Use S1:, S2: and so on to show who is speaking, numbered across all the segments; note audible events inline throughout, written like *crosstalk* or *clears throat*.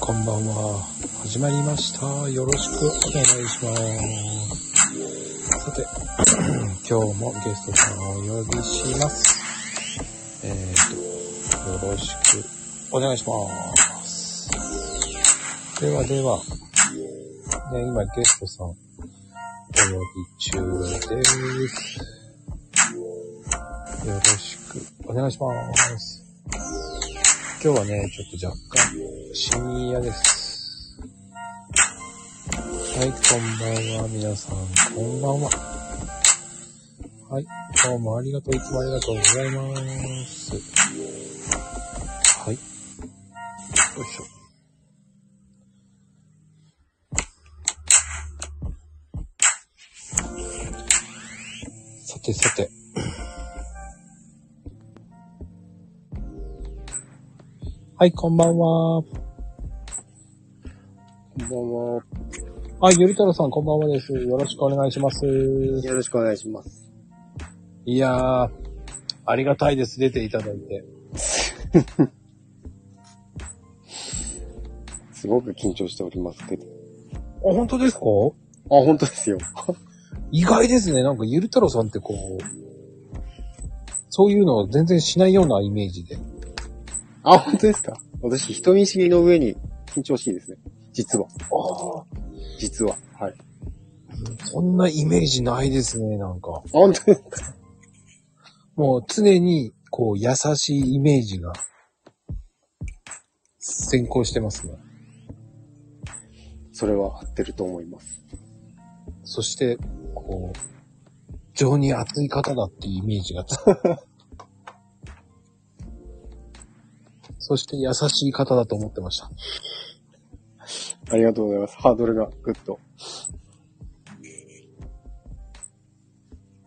S1: こんばんは。始まりました。よろしくお願いします。さて、 *clears throat* 今日もゲストさんをお呼びします。えーと、よろしくお願いします。ではでは、ね、今ゲストさん、お呼び中です。よろしくお願いします。今日はね、ちょっと若干深夜です。はい、こんばんは、皆さん、こんばんは。はい、どうもありがとう、いつもありがとうございます。はい。よいしょ。さてさて。はい、こんばんは。
S2: どう
S1: あ、ゆりたろさん、こんばんはです。よろしくお願いします。
S2: も、よろしくお願いします。
S1: いやー、ありがたいです。出ていただいて。
S2: すごく緊張しておりますけど。
S1: あ、本当ですか
S2: あ、本当ですよ。
S1: 意外ですね。なんか、ゆりたろさんってこう、そういうのを全然しないようなイメージで。
S2: あ、本当ですか私、人見知りの上に緊張しいですね。実は。
S1: ああ、
S2: 実は。はい。あ
S1: そんなイメージないですね、なんか。
S2: 本当です
S1: もう常に、こう、優しいイメージが、先行してますね。
S2: それは合ってると思います。
S1: そして、こう、情に熱い方だっていうイメージが *laughs* つそして優しい方だと思ってました。
S2: ありがとうございます。ハードルがぐっと。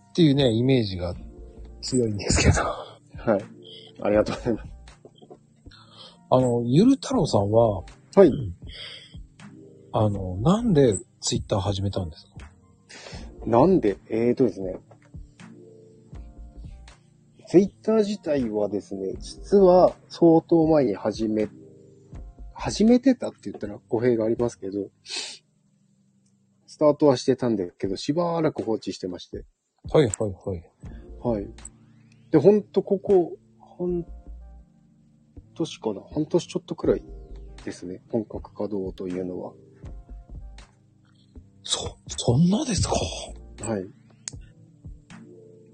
S1: っていうね、イメージが強いんですけど。 *laughs*
S2: はい。ありがとうございます。
S1: あの、ゆる太郎さんは、
S2: はい。
S1: あの、なんでツイッター始めたんですか
S2: なんで、えーとですね。ツイッター自体はですね、実は相当前に始め、始めてたって言ったら語弊がありますけど、スタートはしてたんだけど、しばらく放置してまして。
S1: はいはいはい。
S2: はい。で、ほんとここ、半年かな半年ちょっとくらいですね。本格稼働というのは。
S1: そ、そんなですか
S2: はい。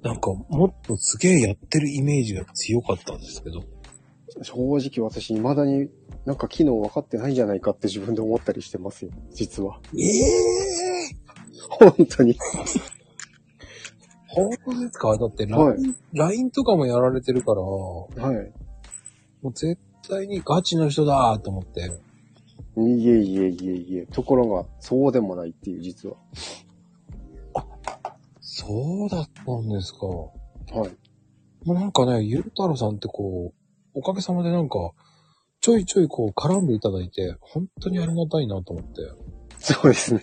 S1: なんか、もっとすげえやってるイメージが強かったんですけど。
S2: 正直私未だになんか機能分かってないんじゃないかって自分で思ったりしてますよ。実は。 *laughs*
S1: ええ
S2: 本当に。
S1: 本当ですかだって、
S2: は
S1: LINE、LINE とかもやられてるから、
S2: はい。
S1: もう絶対にガチの人だーと思って。
S2: いえいえいえいえ。ところが、そうでもないっていう実は。
S1: そうだったんですか。も
S2: はい。
S1: うなんかね、ゆるたろさんってこう、おかげさまでなんか、ちょいちょいこう絡んでいただいて、本当にありがたいなと思って。
S2: そうですね。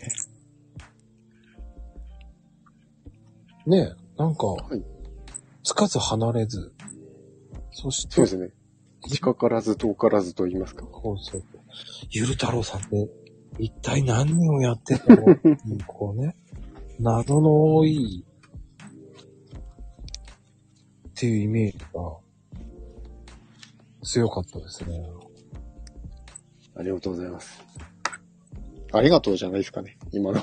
S1: ねえ、なんか、
S2: い
S1: つかず離れず、そして、
S2: そうですね。近からず遠からずと言いますか。
S1: こうそう。ゆる太郎さんって、一体何をやってたのうんこ *laughs* うね、謎の多い、っていうイメージが、強かったですね。
S2: ありがとうございます。ありがとうじゃないですかね。今の。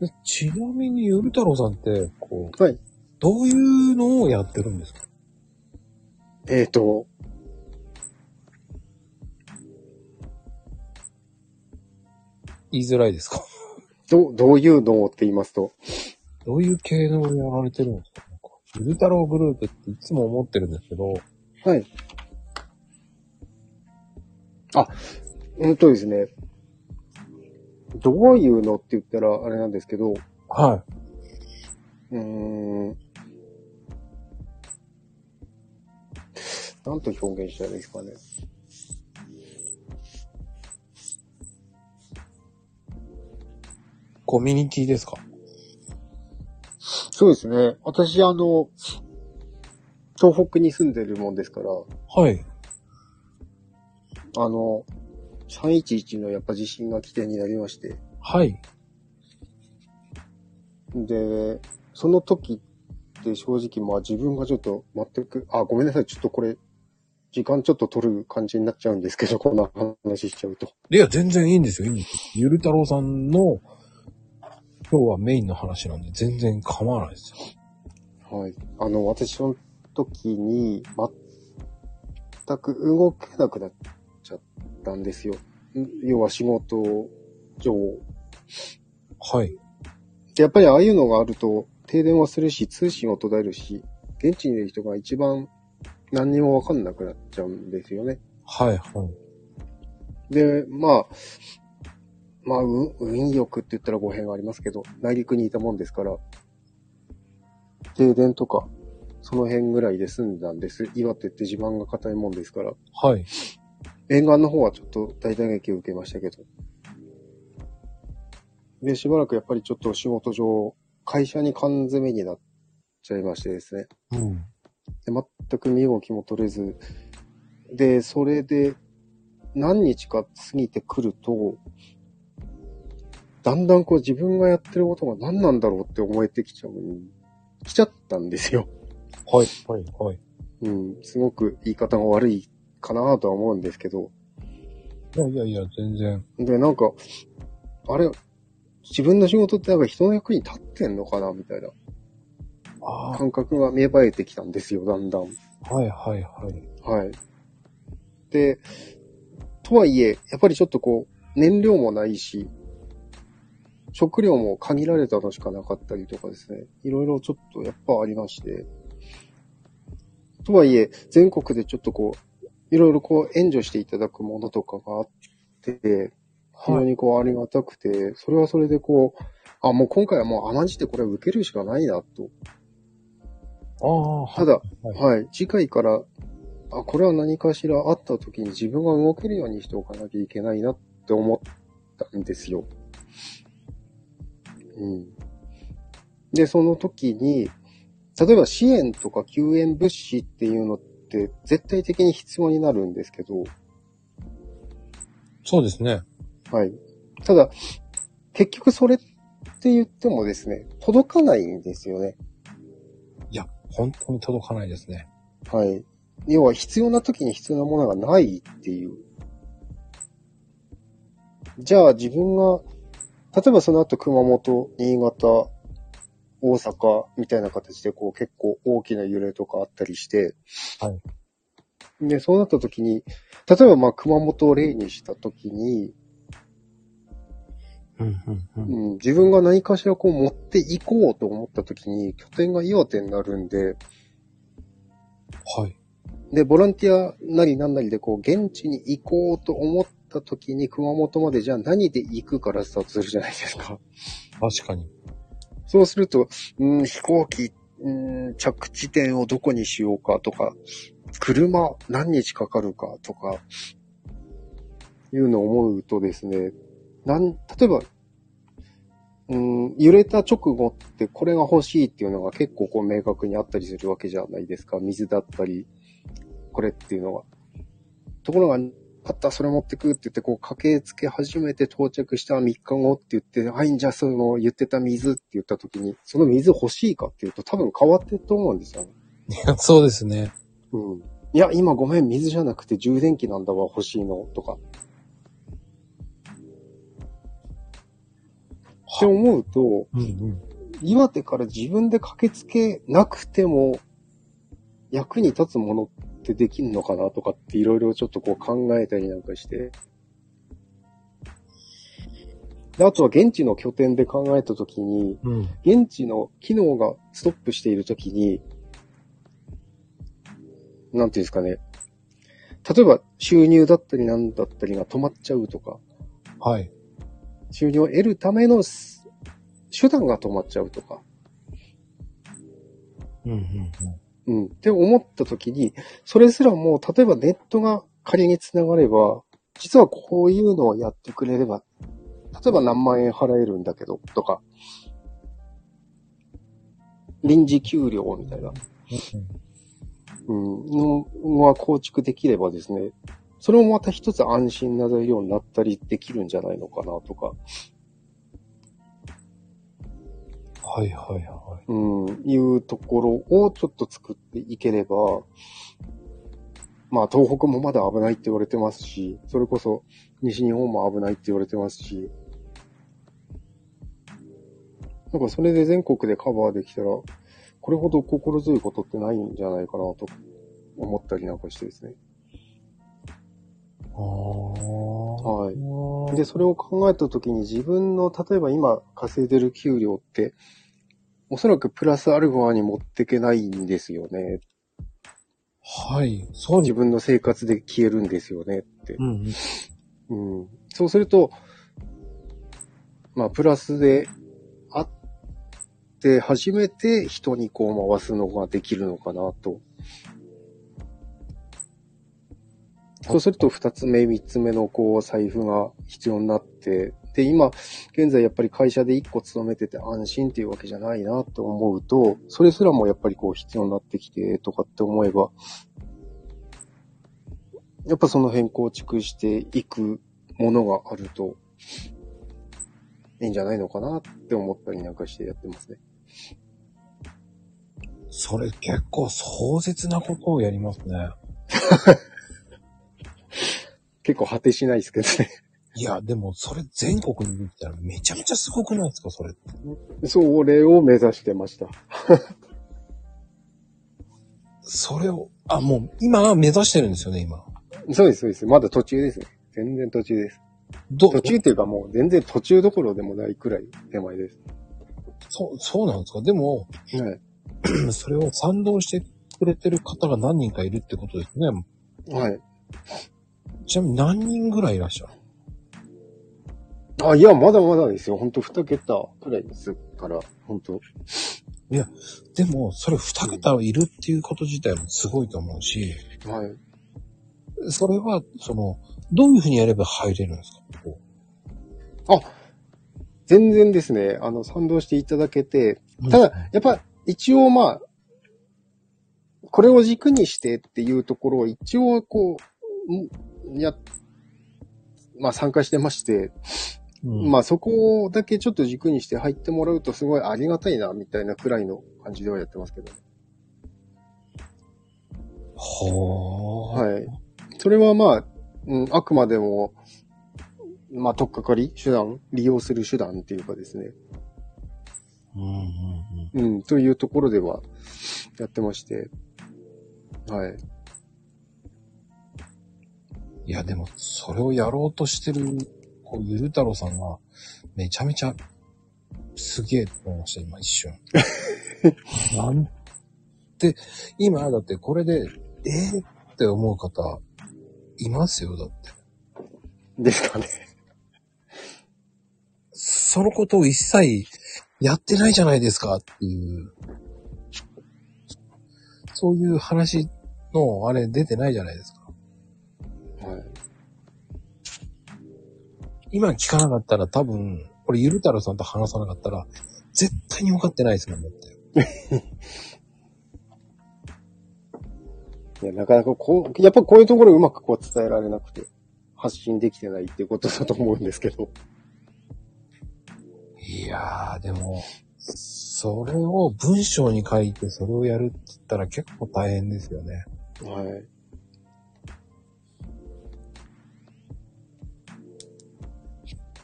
S1: でちなみにゆる太郎さんって、こう、
S2: はい。
S1: どういうのをやってるんですか
S2: えーと、
S1: 言いづらいですか
S2: ど、どういうのって言いますと、
S1: どういう系のをやられてるんですかなんかゆる太郎グループっていつも思ってるんですけど、
S2: はい。あ、うんとですね。どういうのって言ったらあれなんですけど、う
S1: は
S2: ーん。なんと表現したらいいですかね。
S1: い。コミュニティですか
S2: そうですね。私、あの、東北に住んでるもんですから、
S1: はい。
S2: あの、311のやっぱ地震が起点になりまして、
S1: はい。
S2: で、その時って正直まあ自分がちょっと全く、あ、ごめんなさい、ちょっとこれ、時間ちょっと取る感じになっちゃうんですけど、こん *laughs* な話しちゃうと。
S1: いや、全然いいんですよ、いいんですよ。ゆる太郎さんの、今日はメインの話なんで、全然構わないですよ。
S2: はい。あの、私の時に、全く動けなくなっちゃったんですよ。ん要は仕事上。
S1: はい。
S2: でやっぱりああいうのがあると、停電はするし、通信は途絶えるし、現地にいる人が一番何にもわかんなくなっちゃうんですよね。
S1: はい、はい。
S2: で、まあ、まあ、運運良くって言ったら語弊がありますけど、内陸にいたもんですから、停電とか、その辺ぐらいで済んだんです。岩手って地盤が硬いもんですから、
S1: はい。
S2: 沿岸の方はちょっと大打撃を受けましたけど。で、しばらくやっぱりちょっと仕事上、会社に缶詰めになっちゃいましてですね。
S1: うん。
S2: で、全く身動きも取れず、で、それで何日か過ぎてくると、だんだんこう自分がやってることが何なんだろうって思えてきちゃう、来ちゃったんですよ。
S1: はい、はい、はい。
S2: うん、すごく言い方が悪いかなとは思うんですけど。
S1: いやいやいや、全然。
S2: で、なんか、あれ、自分の仕事ってなんか人の役に立ってんのかなみたいな
S1: あ
S2: 感覚が芽生えてきたんですよ、だんだん。
S1: あ、はい、はい、はい。
S2: はい。で、とはいえ、やっぱりちょっとこう、燃料もないし、食料も限られたのしかなかったりとかですね、いろいろちょっとやっぱありまして、とはいえ、全国でちょっとこう、いろいろこう援助していただくものとかがあって、非常
S1: はい。
S2: にこうありがたくて、それはそれでこう、あ、もう今回はもう甘んじてこれ受けるしかないなと
S1: ああ、は
S2: た
S1: い。
S2: だ、はい、次回から、あ、これは何かしらあった時に自分が動けるようにしておかなきゃいけないなって思ったんですよ。うん。で、その時に、例えば支援とか救援物資っていうのって絶対的に必要になるんですけど、
S1: そうですね。
S2: はい。ただ、結局それって言ってもですね、届かないんですよね。
S1: いや、本当に届かないですね。
S2: はい。要は必要な時に必要なものがないっていう。じゃあ自分が、例えばその後熊本、新潟、大阪みたいな形でこう結構大きな揺れとかあったりして、
S1: は
S2: で、そうなった時に、例えばまあ熊本を例にした時に、
S1: うん、うん、う。
S2: うんん、自分が何かしらこう持っていこうと思った時に拠点が岩手になるんで、
S1: はい。
S2: で、ボランティアなりなんなりでこう、現地に行こうと思った時に熊本までじゃあ何で行くからスタートするじゃないですか。
S1: 確かに。 *laughs*
S2: そうすると、うん、飛行機、うん、着地点をどこにしようかとか、車何日かかるかとか、いうのを思うとですね、なん、例えば、うん、揺れた直後ってこれが欲しいっていうのが結構こう明確にあったりするわけじゃないですか。水だったり、これっていうのが。ところが、あった、それ持ってくって言って、こう駆けつけ始めて到着した3日後って言って、はい、じゃあその言ってた水って言った時に、その水欲しいかっていうと多分変わってると思うんですよね。
S1: そうですね。
S2: うん。いや、今ごめん、水じゃなくて充電器なんだわ、欲しいの、とか。って思うと、
S1: うん、うん。
S2: 岩手から自分で駆けつけなくても、役に立つものってできんのかなとかっていろいろちょっとこう考えたりなんかして。であとは現地の拠点で考えたときに、
S1: うん。
S2: 現地の機能がストップしているときに、なんていうんですかね。例えば収入だったりなんだったりが止まっちゃうとか、
S1: はい。
S2: 収入を得るためのす手段が止まっちゃうとか、
S1: うん、うん、
S2: うん。って思った時に、それすらもう、例えばネットが仮に繋がれば、実はこういうのをやってくれれば、例えば何万円払えるんだけど、とか、臨時給料みたいな、
S1: うん。
S2: うん、のが構築できればですね、それもまた一つ安心な材料になったりできるんじゃないのかなとか、
S1: はいはいは
S2: うん、いうところをちょっと作っていければ、まあ東北もまだ危ないって言われてますし、それこそ西日本も危ないって言われてますし、なんかそれで全国でカバーできたら、これほど心強いことってないんじゃないかなと思ったりなんかしてですね。
S1: い。あ
S2: はい。
S1: あ。
S2: で、それを考えたときに自分の、例えば今稼いでる給料って、おそらくプラスアルファに持ってけないんですよね。
S1: はい。そう
S2: 自分の生活で消えるんですよねって。
S1: うんうん。
S2: うん。そうすると、まあ、プラスであって、初めて人にこう回すのができるのかなと。そうすると、二つ目、三つ目のこう、財布が必要になって、で、今、現在やっぱり会社で一個勤めてて安心っていうわけじゃないなと思うと、それすらもやっぱりこう、必要になってきて、とかって思えば、やっぱその辺構築していくものがあると、いいんじゃないのかなって思ったりなんかしてやってますね。
S1: それ結構壮絶なことをやりますね。
S2: 結構果てしないですけどね。 *laughs*
S1: いや、でもそれ全国に行ったらめちゃめちゃすごくないですか、それ。
S2: それを目指してました。 *laughs*
S1: それを、あ、もう今は目指してるんですよね、今。
S2: そうです、そうです。まだ途中ですね。全然途中です。
S1: ど
S2: 途中っていうかもう全然途中どころでもないくらい手前です。
S1: そう、そうなんですか。でも、 *clears throat*
S2: はい。
S1: それを賛同してくれてる方が何人かいるってことですね。
S2: はい。
S1: ちなみに何人ぐらいいらっしゃる
S2: あ、いや、まだまだですよ。ほんと二桁くらいですから、ほんと。
S1: でも、それ二桁いるっていうこと自体もすごいと思うし、
S2: はい。
S1: それは、その、どういうふうにやれば入れるんですかこ
S2: 全然ですね、あの、賛同していただけて、
S1: う
S2: ただ、やっぱ、一応まあ、これを軸にしてっていうところを一応こう、んや、まあ参加してまして、
S1: うん
S2: まあそこだけちょっと軸にして入ってもらうとすごいありがたいな、みたいなくらいの感じではやってますけど。
S1: ほー。
S2: はい。それはまあ、うん、あくまでも、まあ、とっかかり手段利用する手段っていうかですね。
S1: うんうんうん
S2: うん、というところではやってまして。はい。
S1: いや、でも、それをやろうとしてる、こう、ゆる太郎さんが、めちゃめちゃ、すげえと思いました、今一瞬。なんで、今、だってこれで、ええって思う方、いますよ、だって。
S2: ですかね。
S1: そのことを一切やってないじゃないですかっていう、そういう話の、あれ出てないじゃないですか。
S2: はい。
S1: 今聞かなかったら多分、これゆる太郎さんと話さなかったら、絶対に分かってないですもん、だって。
S2: いや、なかなかこう、やっぱこういうところうまくこう伝えられなくて、発信できてないっていうことだと思うんですけど。
S1: いやー、でも、それを文章に書いてそれをやるって言ったら結構大変ですよね。
S2: はい。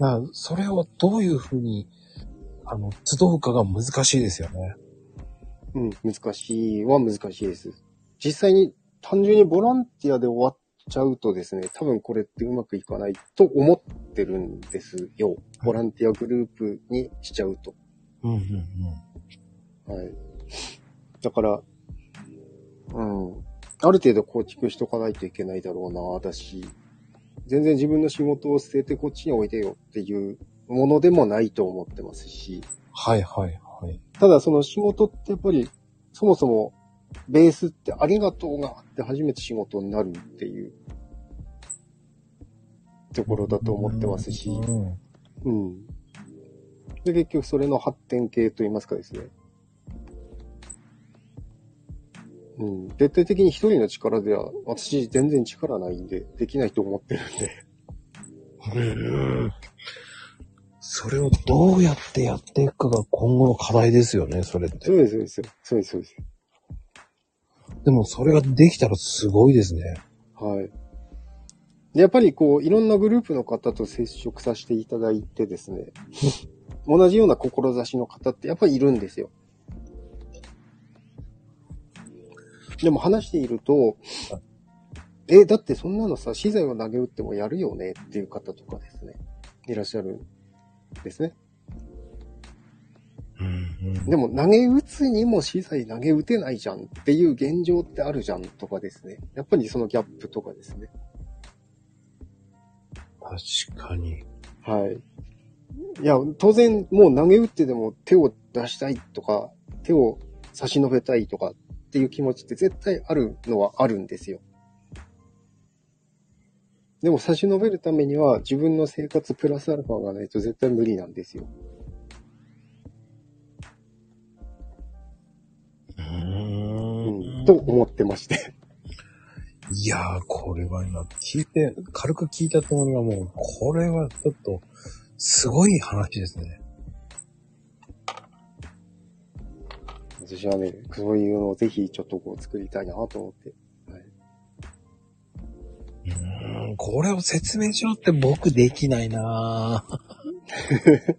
S1: まあ、それをどういうふうに、あの、集うかが難しいですよね。
S2: うん、難しいは難しいです。実際に単純にボランティアで終わっちゃうとですね、多分これってうまくいかないと思ってるんですよ。ボランティアグループにしちゃうと。
S1: うんうんうん。
S2: はい。だから、うん。ある程度構築しとかないといけないだろうな、だし、全然自分の仕事を捨ててこっちにおいでよっていうものでもないと思ってますし、
S1: はいはいはい。
S2: ただその仕事ってやっぱり、そもそもベースってありがとうがあって初めて仕事になるっていうところだと思ってますし、
S1: うん
S2: うん。で、結局それの発展系といいますかですね。うん。徹底的に一人の力では、私全然力ないんで、できないと思ってるんで。 *laughs*
S1: うん。それをどうやってやっていくかが今後の課題ですよね、それって
S2: そ。うです、そうです。そうです、そうです。
S1: でもそれができたらすごいですね。
S2: はい。で、やっぱりこう、いろんなグループの方と接触させていただいてですね、同じような志の方ってやっぱりいるんですよ。でも話していると、え、だってそんなのさ、資材を投げ打ってもやるよねっていう方とかですね、いらっしゃるんですね。
S1: うん
S2: でも投げ打つにも資材投げ打てないじゃんっていう現状ってあるじゃんとかですね。やっぱりそのギャップとかですね。
S1: 確かに。
S2: はい。いや、当然、もう投げ打ってでも手を出したいとか、手を差し伸べたいとかっていう気持ちって絶対あるのはあるんですよ。でも差し伸べるためには自分の生活プラスアルファがないと絶対無理なんですよ。
S1: う
S2: うん。
S1: ん
S2: と思ってまして。
S1: いやー、これは今聞いて、軽く聞いたつもりはもう、これはちょっと、すごい話ですね。
S2: 私はね、そういうのをぜひちょっとこう作りたいなと思って。
S1: うん、これを説明しろって僕できないなぁ。どっ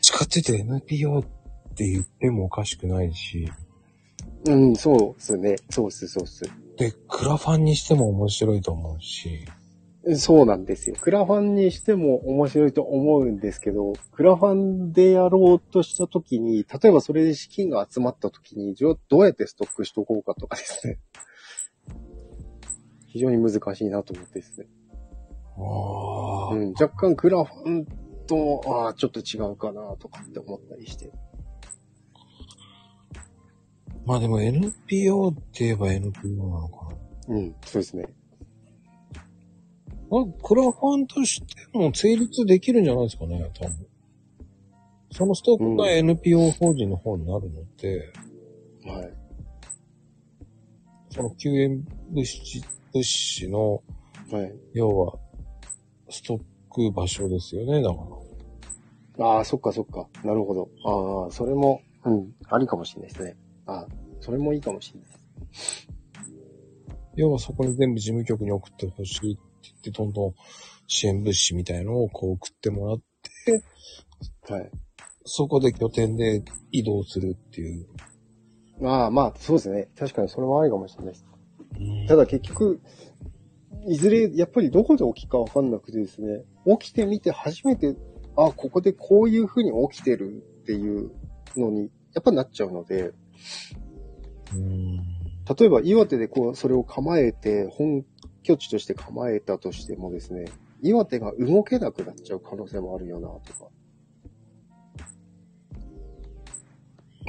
S1: ちかって言って NPO って言ってもおかしくないし、
S2: うん、そうっすね。そうっす、そうっす。
S1: で、クラファンにしても面白いと思うし、
S2: そうなんですよ。クラファンにしても面白いと思うんですけど、クラファンでやろうとしたときに、例えばそれで資金が集まったときに、じゃあどうやってストックしとこうかとかですね。 *laughs* 非常に難しいなと思ってですね。
S1: あ
S2: う
S1: ー
S2: ん、若干クラファンと、ああ、ちょっと違うかなとかって思ったりして。
S1: まあでも NPO って言えば NPO なのかな。
S2: うん、そうですね。
S1: まあ、クラファンとしても成立できるんじゃないですかね、多分。そのストックが
S2: う
S1: NPO 法人の方になるので、
S2: はい。
S1: その救援物資、物資の、
S2: はい。
S1: 要は、ストック場所ですよね、だから。
S2: ああ、そっかそっか。なるほど。ああ、それも、うん、ありかもしれないですね。ああ、それもいいかもしれないです。
S1: 要はそこに全部事務局に送ってほしいって言って、どんどん支援物資みたいのをこう送ってもらって、
S2: はい。
S1: そこで拠点で移動するっていう。
S2: まあまあ、そうですね。確かにそれはありかもしれないです。ただ結局、いずれやっぱりどこで起きるかわかんなくてですね、起きてみて初めて、あ、ここでこういう風に起きてるっていうのに、やっぱなっちゃうので、
S1: うん、
S2: 例えば岩手でこう、それを構えて、本拠地として構えたとしてもですね、岩手が動けなくなっちゃう可能性もあるよな、とか。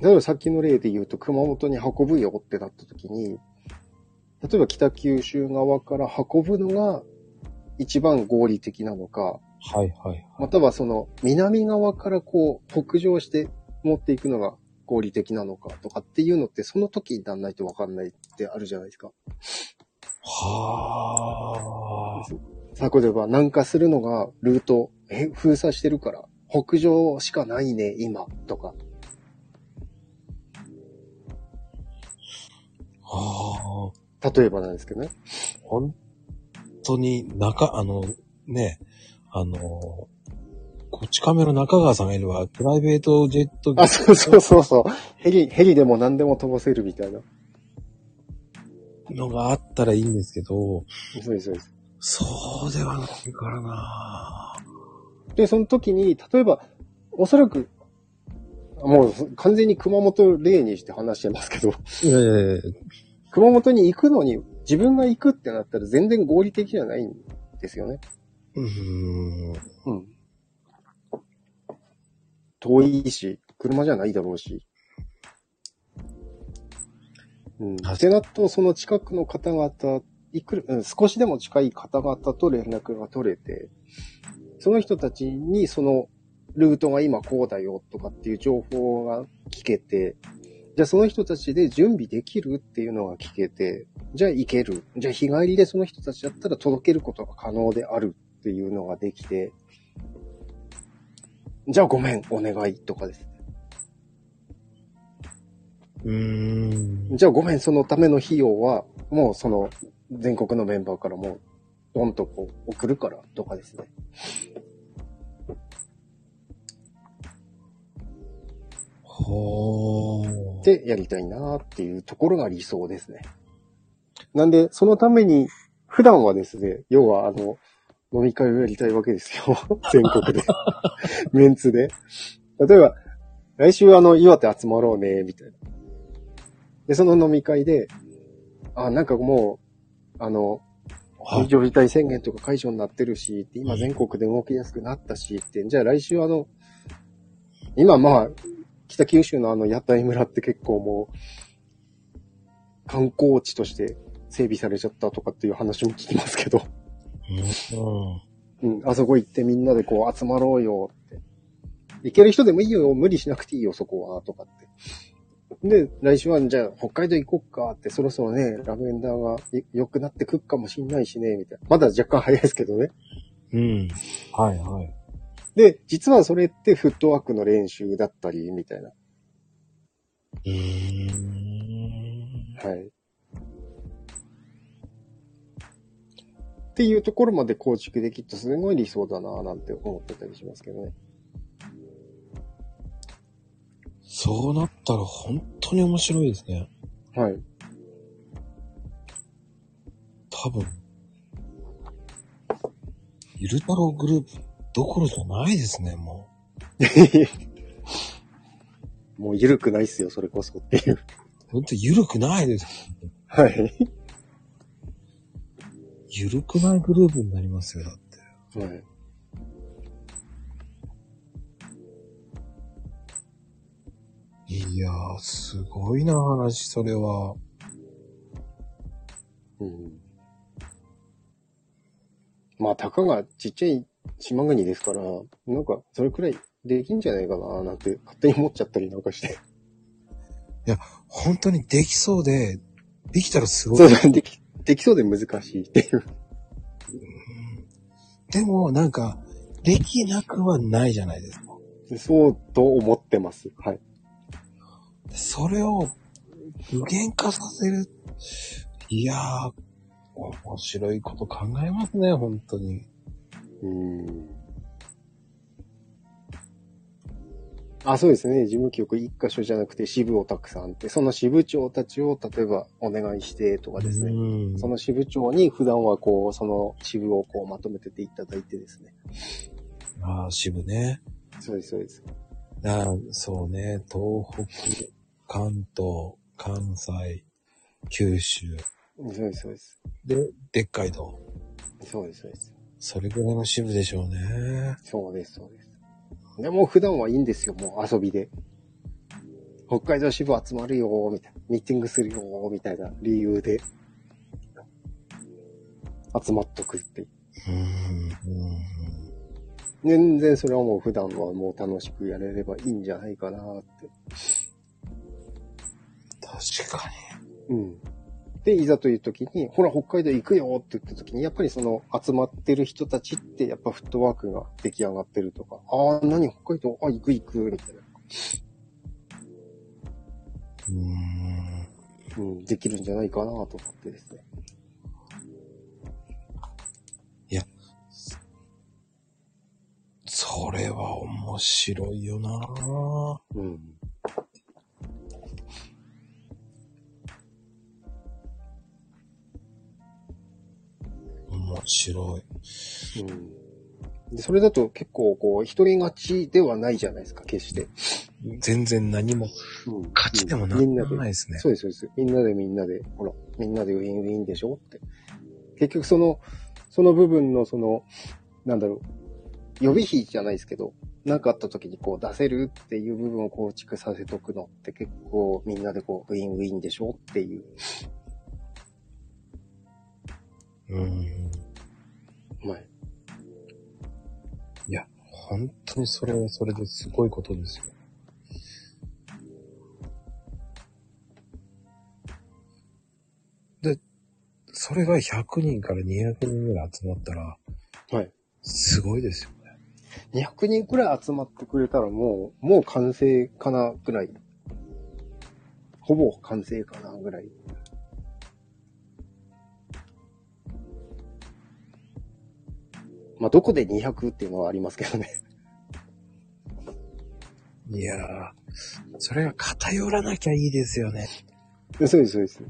S2: 例えばさっきの例で言うと、熊本に運ぶよってなった時に、例えば北九州側から運ぶのが一番合理的なのか、
S1: はいはい。
S2: またはその南側からこう北上して持っていくのが合理的なのかとかっていうのってその時にならないとわかんないってあるじゃないですか。
S1: はあ。
S2: 例えば南下するのがルート、え、封鎖してるから北上しかないね、今とか。
S1: はあ。
S2: 例えばなんですけどね。
S1: 本当に中、あの、ね、あの、こち亀の中川さんがいれば、プライベートジェット
S2: あ、そうそうそうそう。ヘリ、ヘリでも何でも飛ばせるみたいな。
S1: のがあったらいいんですけど、
S2: そうです、そうです。
S1: そうではないからな
S2: で、その時に、例えば、おそらく、もう完全に熊本例にして話してますけど、
S1: ええ
S2: 熊本に行くのに、自分が行くってなったら全然合理的じゃないんですよね。
S1: うーん。
S2: うん。遠いし、車じゃないだろうし。うん。
S1: 確かに
S2: ってなると、その近くの方々、いくら、うん、少しでも近い方々と連絡が取れて、その人たちにそのルートが今こうだよとかっていう情報が聞けて、じゃあその人たちで準備できるっていうのが聞けて、じゃあ行ける。じゃあ日帰りでその人たちだったら届けることが可能であるっていうのができて、じゃあごめん、お願いとかです。
S1: うーん。
S2: じゃあごめん、そのための費用は、もうその全国のメンバーからもう、ドンとこう送るからとかですね。
S1: ほー。
S2: でやりたいなーっていうところが理想ですね。なんで、そのために、普段はですね、要はあの、飲み会をやりたいわけですよ。 *laughs* 全国で。メンツで。例えば、来週あの、岩手集まろうね、みたいな。で、その飲み会で、あ、なんかもう、あの、
S1: は
S2: 非
S1: い。
S2: 常事態宣言とか解除になってるし、って今全国で動きやすくなったし、って、じゃあ来週あの、今まあ、北九州のあの屋台村って結構もう、観光地として整備されちゃったとかっていう話も聞きますけど、 *laughs*
S1: うん。
S2: うん、あそこ行ってみんなでこう集まろうよって。行ける人でもいいよ、無理しなくていいよ、そこは、とかって。で、来週は、じゃあ、北海道行こっかって、そろそろね、ラベンダーがい良くなってくっかもしんないしね、みたいな。まだ若干早いですけどね。
S1: うん。はいはい。
S2: で、実はそれってフットワークの練習だったり、みたいな。
S1: うーん。
S2: はい。っていうところまで構築できるとすごい理想だなぁなんて思ってたりしますけどね。
S1: そうなったら本当に面白いですね。
S2: はい。
S1: 多分。ゆる太郎グループどころじゃないですね、も
S2: もう緩くないっすよ、それこそっていう。
S1: う。ほんとゆるくないです。
S2: はい。
S1: ゆるくないグループになりますよ、だって。
S2: *laughs* はい。
S1: いやー、すごいな話、それは。
S2: うん。まあ、たかがちっちゃい島国ですから、なんか、それくらいできんじゃないかなぁなんて勝手に思っちゃったりなんかして。
S1: 本当にできそうで、できたらすごい
S2: そ。う *laughs* そう、でき、できそうで難しいっていう。
S1: でも、なんか、できなくはないじゃないですか。
S2: そうと思ってます。はい。
S1: それを、具現化させる。いやー、面白いこと考えますね、本当に。
S2: うんあ、そうですね。事務局一箇所じゃなくて支部をたくさんって、その支部長たちを例えばお願いしてとかですね。
S1: うん。
S2: その支部長に普段はこう、その支部をこうまとめてていただいてですね。
S1: ああ、渋ね。
S2: そうです、そうです。
S1: あーそうね、東北、関東、関西、九州、
S2: そうです、そうです。
S1: で、でっかいと。
S2: そうです、そうです。
S1: それぐらいの支部でしょうね。
S2: そうです、そうです。でもう普段はいいんですよ、もう遊びで。北海道支部集まるよー、みたいな。ミーティングするよー、みたいな理由で。集まっとくっていう
S1: うん。うん
S2: 全然それはもう普段はもう楽しくやれればいいんじゃないかなって。
S1: 確か
S2: うん。で、いざという時に、ほら北海道行くよって言った時に、やっぱりその集まってる人たちってやっぱフットワークが出来上がってるとか、ああ、何北海道、あ、行く行く、みたいな。
S1: に。うん。
S2: うん、できるんじゃないかなと思ってですね。
S1: それは面白いよな
S2: うん。
S1: 面白い。
S2: うん。で、それだと結構こう、一人勝ちではないじゃないですか、決して。
S1: 全然何も
S2: うん。
S1: 勝ちでもな
S2: みんな
S1: ら
S2: で
S1: ないですね。
S2: そうです、そうです。みんなでみんなで、ほら、みんなでウィンウィンでしょって。結局その、その部分のその、なんだろう、予備費じゃないですけど、なんかあった時にこう出せるっていう部分を構築させとくのって結構みんなでこうウィンウィンでしょっていう。
S1: うん。
S2: はい。
S1: 本当にそれはそれですごいことですよ。それが100人から200人ぐらい集まったら、
S2: はい。
S1: すごいですよね。
S2: 200人くらい集まってくれたらもう、もう完成かなぐらい。ほぼ完成かなぐらい。まあ、どこで200っていうのはありますけどね。
S1: いやー、それが偏らなきゃいいですよね。
S2: いやそうです、そうです。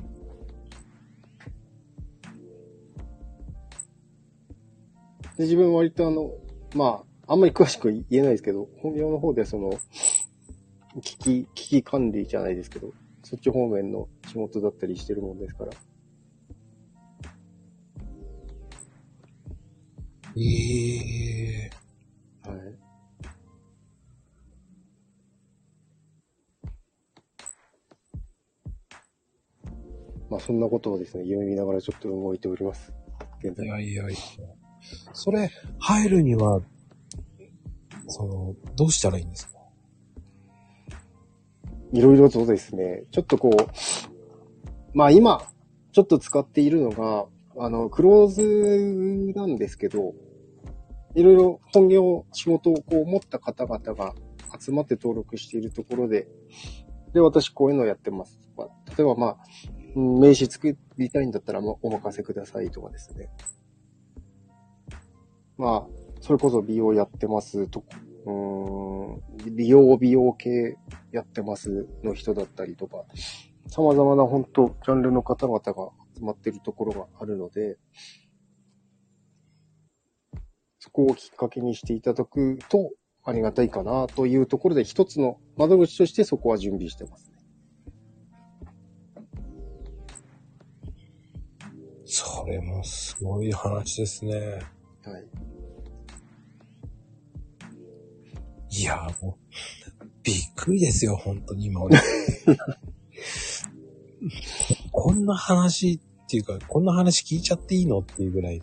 S2: で、自分割とあの、まあ、あんまり詳しく言えないですけど、本業の方でその、危機、危機管理じゃないですけど、そっち方面の仕事だったりしてるもんですから。
S1: ええ
S2: はい。まあ、そんなことをですね、夢見ながらちょっと動いております。現在
S1: い。やいやいや。それ、入るには、その、どうしたらいいんですか
S2: いろいろとですね、ちょっとこう、まあ今、ちょっと使っているのが、あの、クローズなんですけど、いろいろ本業、仕事をこう持った方々が集まって登録しているところで、で、私こういうのをやってますとか、例えばまあ、うん名刺作りたいんだったらまあお任せくださいとかですね。まあ、それこそ美容やってますとか、うーん、美容、美容系やってますの人だったりとか、様々な本当、ジャンルの方々が集まってるところがあるので、そこをきっかけにしていただくとありがたいかなというところで一つの窓口としてそこは準備してますね。
S1: それもすごい話ですね。
S2: はい。
S1: いやーもう、びっくりですよ、本当に今 *laughs* 俺。こんな話っていうか、こんな話聞いちゃっていいのっていうぐらい。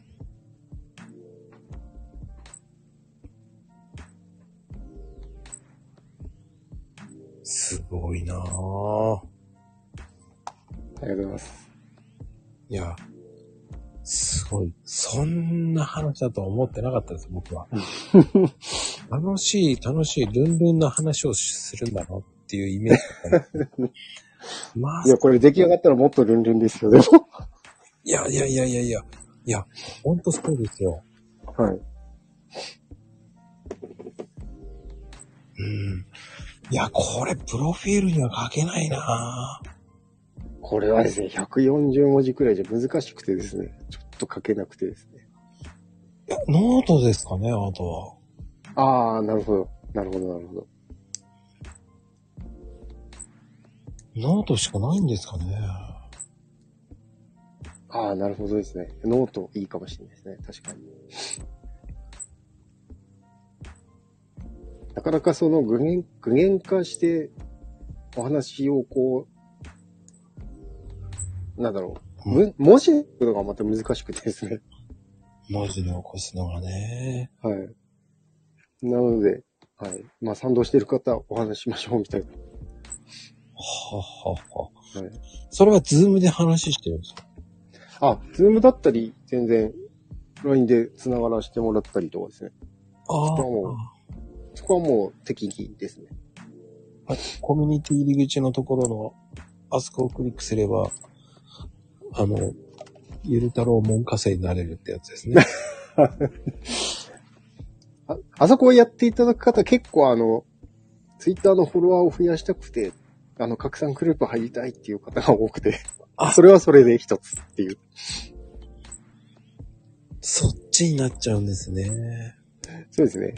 S1: すごいなぁ。
S2: ありがとうございます。
S1: いや、すごい。そんな話だとは思ってなかったです、僕は。 *laughs* 楽しい、楽しい、ルンルンな話をするんだなっていうイメージだったんですけど。まあ
S2: い、や、これ出来上がったらもっとルンルンですよ、でも。
S1: いやいやいやいやいや、いや、ほんとそうですよ。
S2: *laughs* はい。
S1: うん。いや、これ、プロフィールには書けないなぁ
S2: これはですね、140文字くらいじゃ難しくてですね、ちょっと書けなくてですね。
S1: いや、ノートですかね、あとは。
S2: ああ、なるほど。なるほど、なるほど。
S1: ノートしかないんですかね。
S2: ああ、なるほどですね。ノートいいかもしれないですね。確かに。なかなかその具現具現化してお話をこう、なんだろう。
S1: う
S2: む文字のことがまた難しくてですね。 *laughs*
S1: 文字で起こすのがね。
S2: はい。なので、はい。まあ、賛同している方、お話ししましょう、みたいな。
S1: ははは。
S2: はい。
S1: それはズームで話してるんですか
S2: あ、ズームだったり、全然、LINE で繋がらせてもらったりとかですね。
S1: ああ
S2: どうもそこはもう適宜ですね。
S1: コミュニティ入り口のところの、あそこをクリックすれば、あの、ゆる太郎門下生になれるってやつですね。
S2: あ、あそこをやっていただく方結構あの、ツイッターのフォロワーを増やしたくて、あの、拡散グループ入りたいっていう方が多くて、
S1: あ
S2: それはそれで一つっていう。
S1: *laughs* そっちになっちゃうんですね。
S2: そうですね。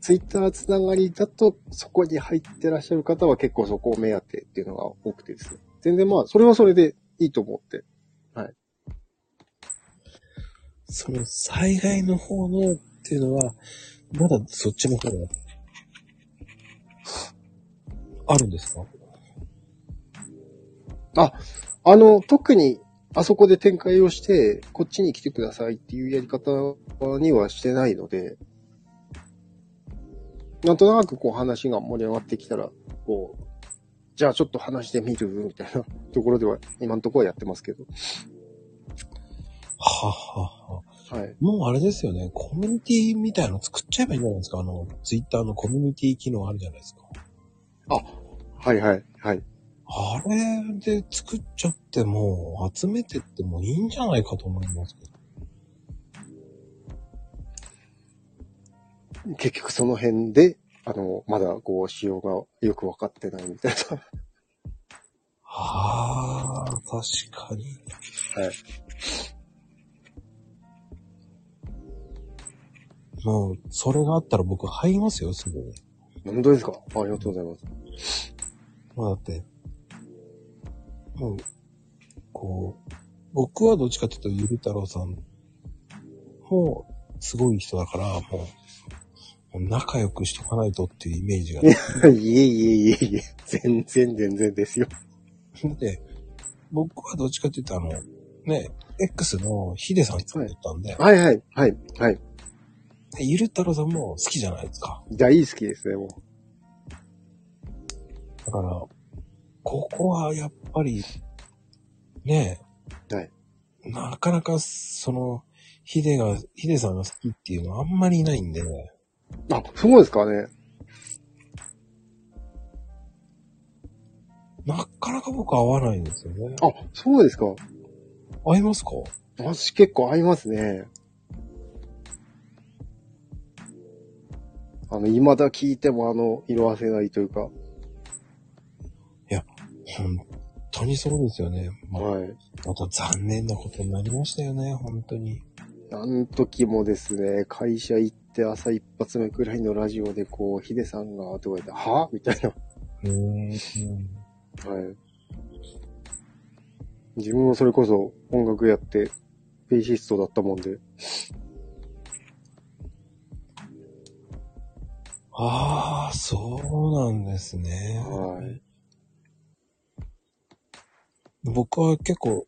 S2: ツイッターつながりだと、そこに入ってらっしゃる方は結構そこを目当てっていうのが多くてですね。全然まあ、それはそれでいいと思って。
S1: その災害の方のっていうのは、まだそっちの方が、あるんですか
S2: あの、特に、あそこで展開をして、こっちに来てくださいっていうやり方にはしてないので、なんとなくこう話が盛り上がってきたら、こう、じゃあちょっと話してみるみたいなところでは、今のところはやってますけど。
S1: ははは。
S2: はい。
S1: もうあれですよね、コミュニティみたいの作っちゃえばいいんじゃないですか。あの、ツイッターのコミュニティ機能あるじゃないですか。
S2: はいはい。はい。
S1: あれで作っちゃっても、集めてってもいいんじゃないかと思いますけど。
S2: 結局その辺で、あの、まだこう、仕様がよくわかってないみたいな。 *laughs*
S1: ああ、確かに。
S2: はい。
S1: もう、それがあったら僕入りますよ、すぐに。
S2: 本当ですかあありがとうございます。
S1: まあだって、もう、こう、僕はどっちかというと、ゆる太郎さんも、すごい人だから、もう、もう仲良くしとかないとっていうイメージが、ね。
S2: いえいえいえいえ、全然全然ですよ。
S1: で、僕はどっちかというと、あの、ね、X のヒデさん使ってたんで、
S2: はいはい、はい、はい。
S1: でゆる太郎さんも好きじゃないですか。
S2: 大好きですね、も
S1: だから、ここはやっぱり、ねえ、
S2: はい
S1: なかなか、その、ヒデが、ヒデさんが好きっていうのはあんまりいないんで、ね、
S2: う。あ、そうですかね。
S1: なかなか僕合わないんですよね。
S2: あ、そうですか。
S1: 合いますか
S2: 私結構合いますね。あの、未だ聞いてもあの、色褪せないというか。
S1: 本当にそうですよね。まあ、
S2: はい。
S1: また残念なことになりましたよね、本当に。
S2: あの時もですね、会社行って朝一発目くらいのラジオでこう、ヒデさんが、とか言って、はみたいな。
S1: うーん。
S2: はい。自分はそれこそ音楽やって、ベーシストだったもんで。
S1: ああ、そうなんですね。
S2: はい。
S1: 僕は結構、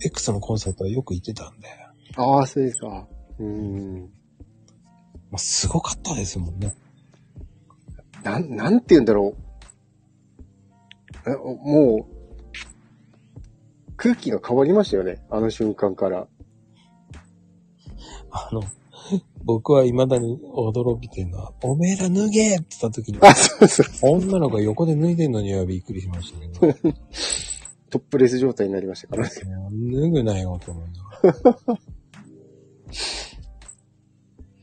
S1: X のコンサートはよく行ってたんで、
S2: ああ、そうですか。うん。
S1: まあ、すごかったですもんね。
S2: なん、なんて言うんだろう。えもう、空気が変わりましたよね。あの瞬間から。
S1: あの、僕は未だに驚いてるのは、おめえら脱げって言った時に、
S2: あ、そうそう。
S1: 女の子が横で脱いでんのにはびっくりしましたけど、ね、
S2: トップレス状態になりましたからね。
S1: 脱ぐなよと思いながら。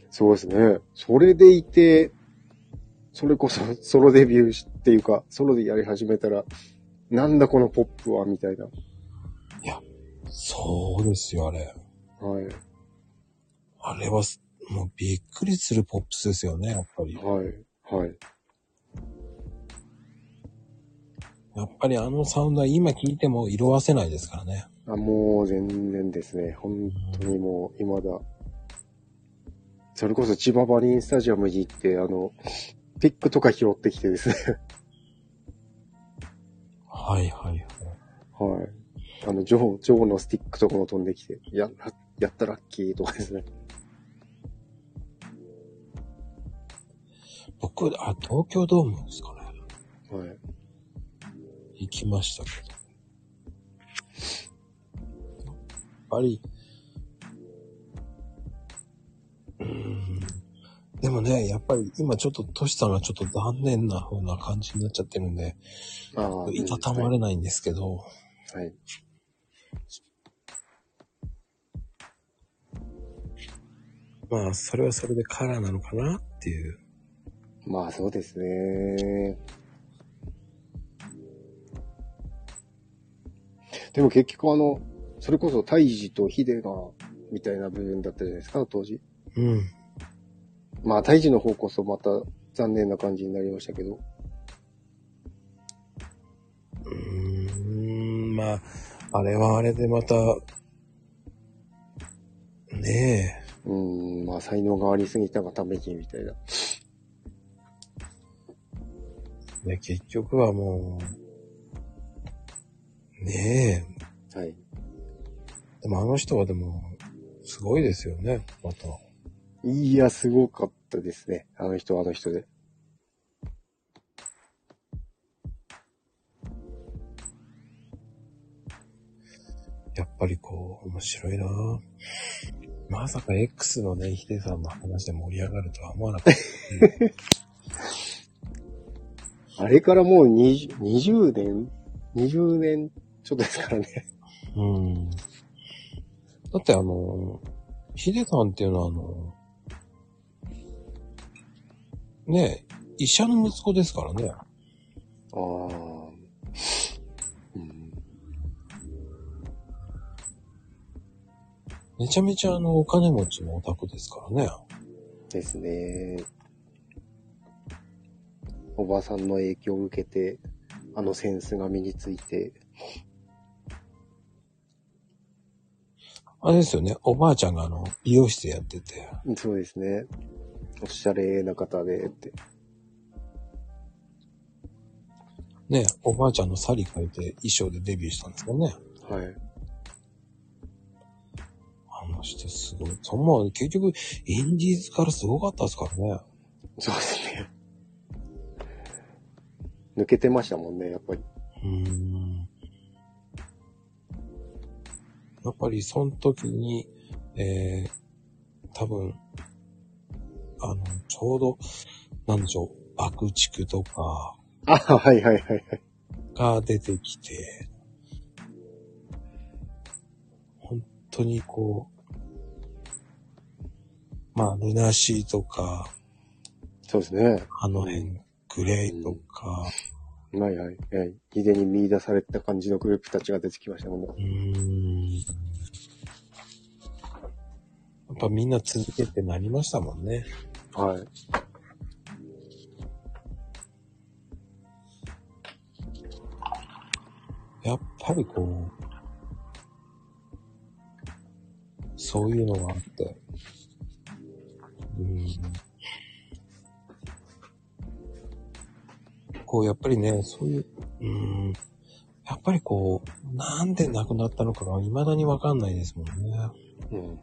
S2: そうですね。それでいて、それこそソロデビューしっていうか、ソロでやり始めたら、なんだこのポップは、みたいな。
S1: そうですよ、あれ。
S2: はい。
S1: あれはす、もうびっくりするポップスですよね、やっぱり。
S2: はい。はい。
S1: やっぱりあのサウンドは今聞いても色褪せないですからね。
S2: あ、もう全然ですね。本当にもう、未だ。それこそ千葉バリンスタジアムに行って、あの、ピックとか拾ってきてですね。 *laughs*
S1: はいはいはい。
S2: はい。あの、ジョー、ジョーのスティックとかも飛んできて、や、やったラッキーとかですね。
S1: 僕、あ、東京ドームですかね。
S2: はい。
S1: 行きましたけど。やっぱり、うーん。でもね、やっぱり今ちょっとトシさんがちょっと残念な風な感じになっちゃってるんで、
S2: ああ
S1: いたたまれないんですけど、
S2: はい。
S1: まあ、それはそれでカラーなのかなっていう。
S2: まあそうですね。でも結局あの、それこそ大治とヒデが、みたいな部分だったじゃないですか、当時。
S1: うん。
S2: まあ、胎児の方こそまた残念な感じになりましたけど。
S1: うーんまあ、あれはあれでまた、ねえ、
S2: うーん、まあ、才能がありすぎたがために、みたいな。
S1: ね結局はもう、ねえ、
S2: はい。
S1: でもあの人はでも、すごいですよね、また。
S2: いや、すごかったですね。あの人はあの人で。
S1: やっぱりこう、面白いなぁまさか X のね、ヒデさんの話で盛り上がるとは思わなかった。
S2: あれからもう 20, 20年 ?20 年ちょっとですからね。 *laughs*
S1: うん。だってあの、ヒデさんっていうのはあの、ねえ、医者の息子ですからね。
S2: ああ。うん。
S1: めちゃめちゃあの、お金持ちのオタクですからね。
S2: ですね。おばさんの影響を受けて、あのセンスが身について、
S1: あれですよね、おばあちゃんがあの、美容室やってて。
S2: そうですね。おしゃれな方でって。
S1: ねえ、おばあちゃんのサリ書いて衣装でデビューしたんですよね。
S2: はい。
S1: あの人すごい。そんな、結局、インディーズからすごかったですからね。
S2: そうですね。抜けてましたもんね、やっぱり。
S1: うーん。やっぱり、その時に、えー、多分、あの、ちょうど、なんでしょう、爆竹とか
S2: あ、はいはいはいはい。
S1: が出てきて、本当にこう、まあ、ルナシーとか、
S2: そうですね。
S1: あの辺、グレイとか、
S2: はいはい。はい。事前に見出された感じのグループたちが出てきましたもんね。
S1: うーん。やっぱみんな続けてなりましたもんね。
S2: はい。
S1: やっぱりこう、そういうのがあって、うーん。こう、やっぱりね、そういう、うーん。やっぱりこう、なんで亡くなったのかが未だにわかんないですもんね。
S2: うん。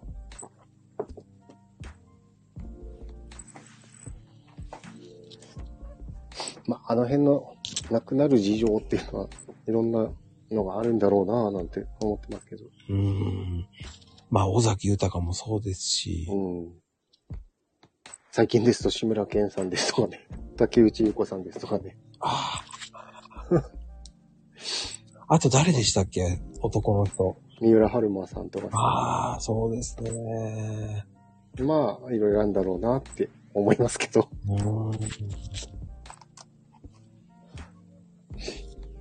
S2: まあ、あの辺の亡くなる事情っていうのは、いろんなのがあるんだろうなぁなんて思ってますけど。
S1: うーん。まあ、尾崎豊もそうですし、
S2: うん。最近ですと志村けんさんですとかね、 *laughs* 竹内優子さんですとかね。
S1: ああ。あと誰でしたっけ男の人。
S2: 三浦春馬さんとか。
S1: ああ、そうですね。
S2: まあ、いろいろあるんだろうなって思いますけど。 *laughs*
S1: うーん。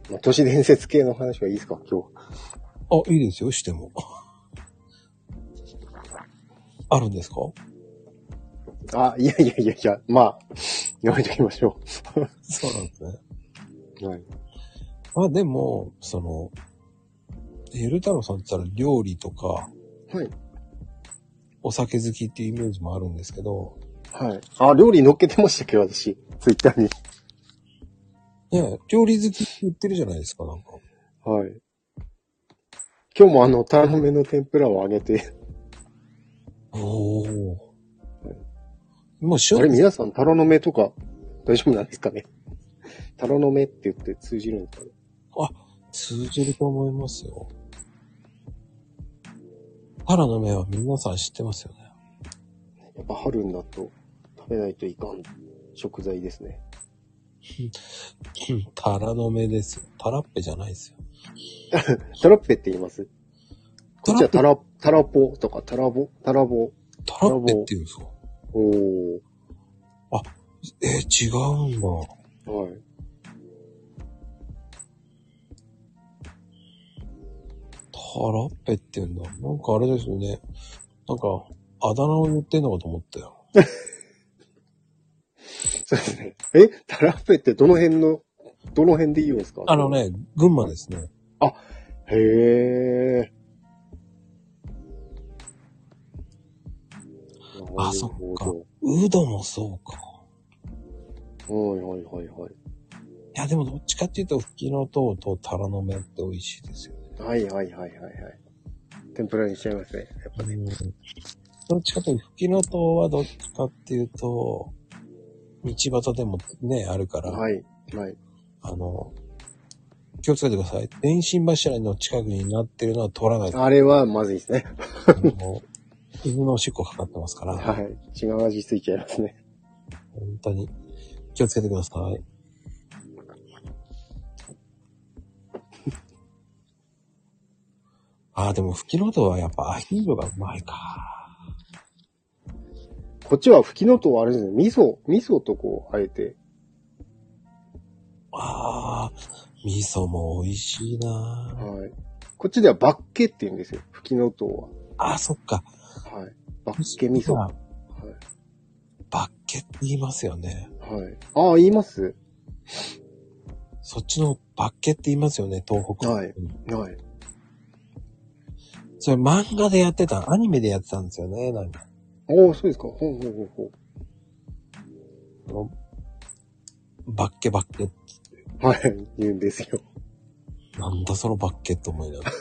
S2: まあ、都市伝説系の話はいいですか、今日。
S1: あ、いいですよ、しても。 *laughs* あるんですか
S2: あ、いやいやいやいや、まあ、やめときましょ
S1: そうなんですね。
S2: う。はい。
S1: まあでも、その、ゆるたろうさんって言ったら料理とか、
S2: はい。
S1: お酒好きっていうイメージもあるんですけど、
S2: はい。あ、料理乗っけてましたっけ、私。ツイッターに。
S1: ね料理好きって言ってるじゃないですか、なんか。
S2: はい。今日もあの、タラの芽の天ぷらを揚げて、
S1: おお。もう
S2: あれ
S1: 旬、
S2: 皆さんタラの芽とか大丈夫なんですかねタラの芽って言って通じるんですかね
S1: 通じると思いますよ。タラの芽は皆さん知ってますよね。
S2: やっぱ春になると食べないといかん食材ですね。
S1: うんタラの芽ですよ。タラッペじゃないですよ。
S2: タラッペって言いますこっちは
S1: タ
S2: タラ、タラポとかタラボ、タラボ。
S1: タラッペって言うんですか
S2: おー。
S1: えー違うんだ。
S2: はい。
S1: タラッペって言うんだ。なんかあれですよね。なんか、あだ名を言ってんのかと思ったよ。
S2: そうですね。えタラッペってどの辺の、どの辺で言うんですか
S1: あの。ね、群馬ですね。
S2: へえ。
S1: あそっかウドもそうか。
S2: か。はいはいはいはい。
S1: いや、でもどっちかっていうと、吹きの糖とタラの芽って美味しいですよね。
S2: はいはいはいはいはい。天ぷらにしちゃいますね。やっぱね。
S1: どっちかというと、吹きの塔はどっちかっていうと、道端でもね、あるから、
S2: はい。はい。
S1: あの、気をつけてください。電信柱の近くになってるのは取らない。あ
S2: あれはまずいですね。
S1: の、犬のおしっこかかってますから、本
S2: はい。違う味ついちゃいますね。
S1: 当に気をつけてください。 *laughs* ああ、でも、吹きのとはやっぱアヒーロがうまいか。
S2: こっちは吹きのとはあれですね。味噌、味噌とこう、あえて。
S1: ああ、味噌も美味しいな。
S2: はい。こっちではバッケって言うんですよ。吹きのとは。
S1: ああ、そっか。
S2: はい。バッケ味噌。は
S1: あバッケって言いますよね。
S2: い。はい。ああ、言います
S1: そっちのバッケって言いますよね、東北。
S2: はいはい。
S1: それ漫画でやってた、アニメでやってたんですよね、なんか。
S2: おおそうですか。ほうほうほうほ
S1: あのバッケバッケ。
S2: う。はい。言うんですよ。
S1: なんだそのバッケって思いながら。 *laughs*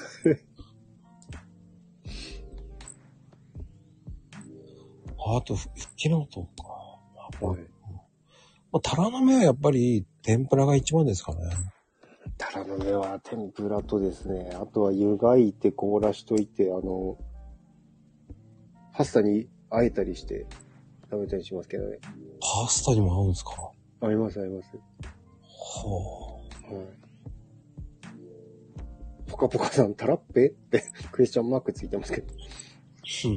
S1: あと、ふふきのとうか。
S2: はい。
S1: まあ、タラの芽はやっぱり天ぷらが一番ですかね。
S2: タラの芽は天ぷらとですね、あとは湯がいて凍らしといて、あの、パスタにあえたりして食べたりしますけどね。
S1: パスタにも合うんですか
S2: 合います合います。
S1: ほう。
S2: はい。ポカポカさん、タラッペってクエスチョンマークついてますけど。
S1: う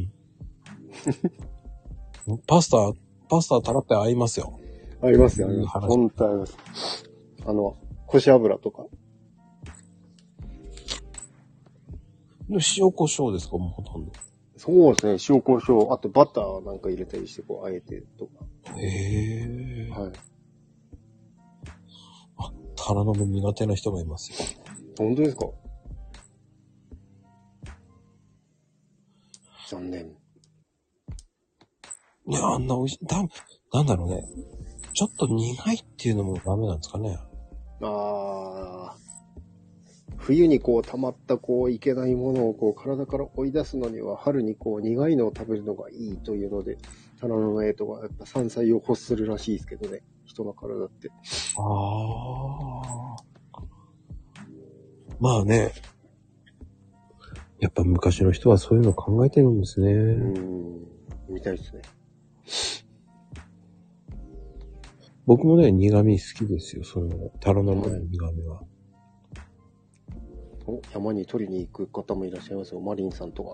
S1: ん。パスタ、パスタタラって合いますよ。
S2: ありますよ、あ
S1: うん
S2: ります。
S1: 話
S2: 本当あります。あの、腰油とか。
S1: で塩コショウですかもうほとんど。
S2: そうですね、塩コショウ、あとバターなんか入れたりして、こう、あえてとか。
S1: へえ。
S2: はい。
S1: タラの芽苦手な人がいますよ。
S2: 本当ですか残念。
S1: いや、あんな美味しい。多分なんだろうね。ちょっと苦いっていうのもダメなんですかね。
S2: ああ。冬にこう溜まったこういけないものをこう体から追い出すのには春にこう苦いのを食べるのがいいというので、タラの芽とかやっぱ山菜を欲するらしいですけどね。人の体って。
S1: ああ。まあね。やっぱ昔の人はそういうの考えてるんですね。
S2: うーん。みたいですね。
S1: 僕もね、苦味好きですよ。その、タラの芽の苦味は。
S2: お山に取りに行く方もいらっしゃいますよ。マリンさんとか。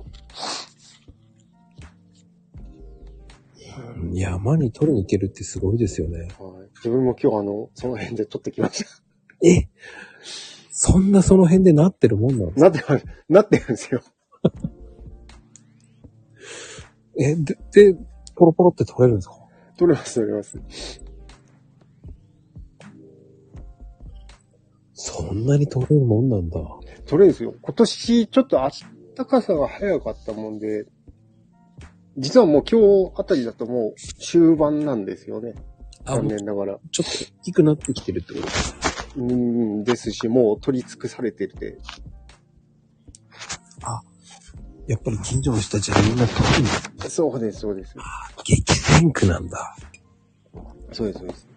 S1: うん山に取りに行けるってすごいですよね。
S2: はい。自分も今日あの、その辺で取ってきました。 *laughs*
S1: えそんなその辺でなってるもんなの
S2: なってます、なってるんですよ。
S1: え、で、で、ポロポロって取れるんですか
S2: 取れます、取れます。
S1: そんなに取れるもんなんだ。
S2: 取れるんですよ。今年、ちょっとあったかさが早かったもんで、実はもう今日あたりだともう終盤なんですよね。
S1: あ、
S2: 残念ながら。
S1: ちょっと大きくなってきてるってこと
S2: うん、ですし、もう取り尽くされてて。
S1: やっぱり近所の人たちはみんな遠いんだ。
S2: そうです、そうです。
S1: 激戦区なんだ。
S2: そうです、そうです。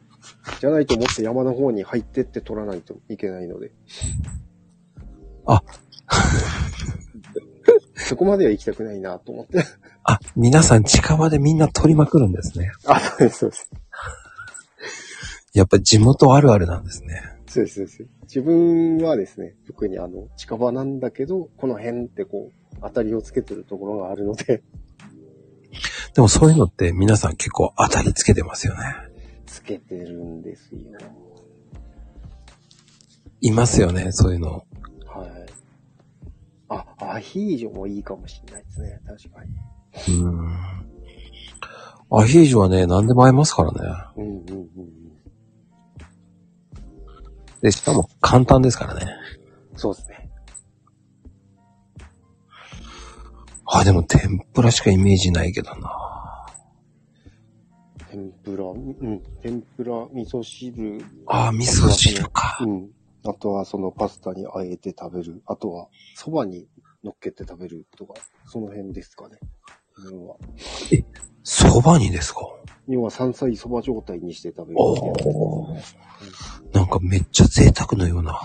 S2: じゃないともっと山の方に入ってって取らないといけないので。
S1: あ
S2: *laughs* そこまでは行きたくないなと思って。
S1: あ、皆さん近場でみんな取りまくるんですね。
S2: あ、そうです、そうです。
S1: やっぱ地元あるあるなんですね。
S2: そうです、そうです。自分はですね、特にあの、近場なんだけど、この辺ってこう、当たりをつけてるところがあるので、 *laughs*
S1: でもそういうのって皆さん結構当たりつけてますよね。
S2: つけてるんですよ。
S1: いますよね、そういうの。
S2: はい。あ、アヒージョもいいかもしれないですね。確かに。
S1: うーん。アヒージョはね、何でも合いますからね。
S2: うんうんうんうん。
S1: で、しかも簡単ですからね。
S2: そうですね。
S1: あ、でも天ぷらしかイメージないけどな。
S2: 天ぷら、うん。天ぷら、味噌汁、
S1: あ、味噌汁か。
S2: うん。あとはそのパスタにあえて食べる。あとは、そばに乗っけて食べるとか、その辺ですかね。自分は。
S1: そばにですか
S2: 要は山菜そば状態にして食べる。
S1: おーなんかめっちゃ贅沢のような。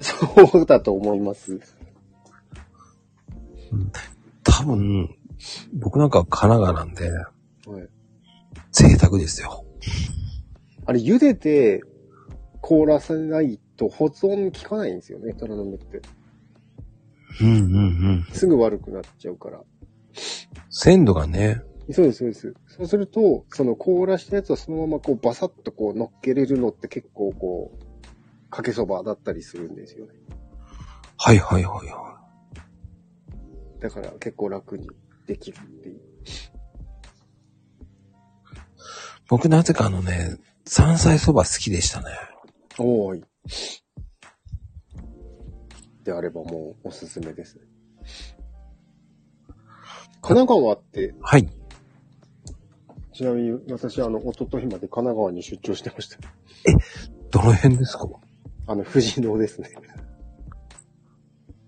S2: そそうだと思います。
S1: 多分、僕なんか神奈川なんで、
S2: はい。
S1: 贅沢ですよ。
S2: あれ、茹でて凍らせないと保存効かないんですよね、タラの芽って。
S1: うんうんうん。
S2: すぐ悪くなっちゃうから。
S1: 鮮度がね、
S2: そうです、そうです。そうすると、その凍らしたやつをそのままこうバサッとこう乗っけれるのって結構こう、かけそばだったりするんですよね。
S1: はいはいはいは
S2: だから結構楽にできるっていう。
S1: い。僕なぜかあのね、山菜そば好きでしたね。
S2: おーい。であればもうおすすめですね。神奈川って、
S1: はい。
S2: ちなみに私あの、一昨日まで神奈川に出張してました。
S1: どの辺ですか
S2: あの、富士野ですね。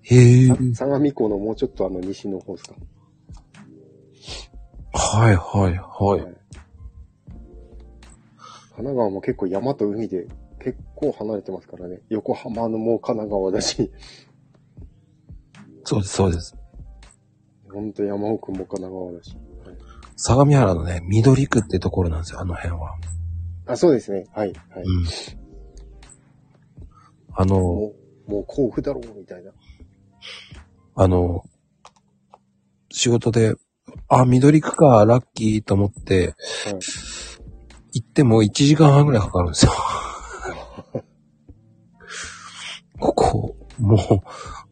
S1: へえ。
S2: 相模湖のもうちょっとあの、西の方ですか。
S1: はいはいはい。
S2: 神奈川も結構山と海で結構離れてますからね。横浜のもう神奈川だし、 *laughs*
S1: そうですそうです。
S2: ほんと山奥も神奈川だし。
S1: 相模原のね、緑区ってところなんですよ、あの辺は。
S2: あ、そうですね。はい。はい。
S1: うん。あの、
S2: もう、もう甲府だろう、みたいな。
S1: あの、仕事で、あ、緑区か、ラッキーと思って、
S2: い
S1: 行っても1時間半ぐらいかかるんですよ。 *laughs* ここ、もう、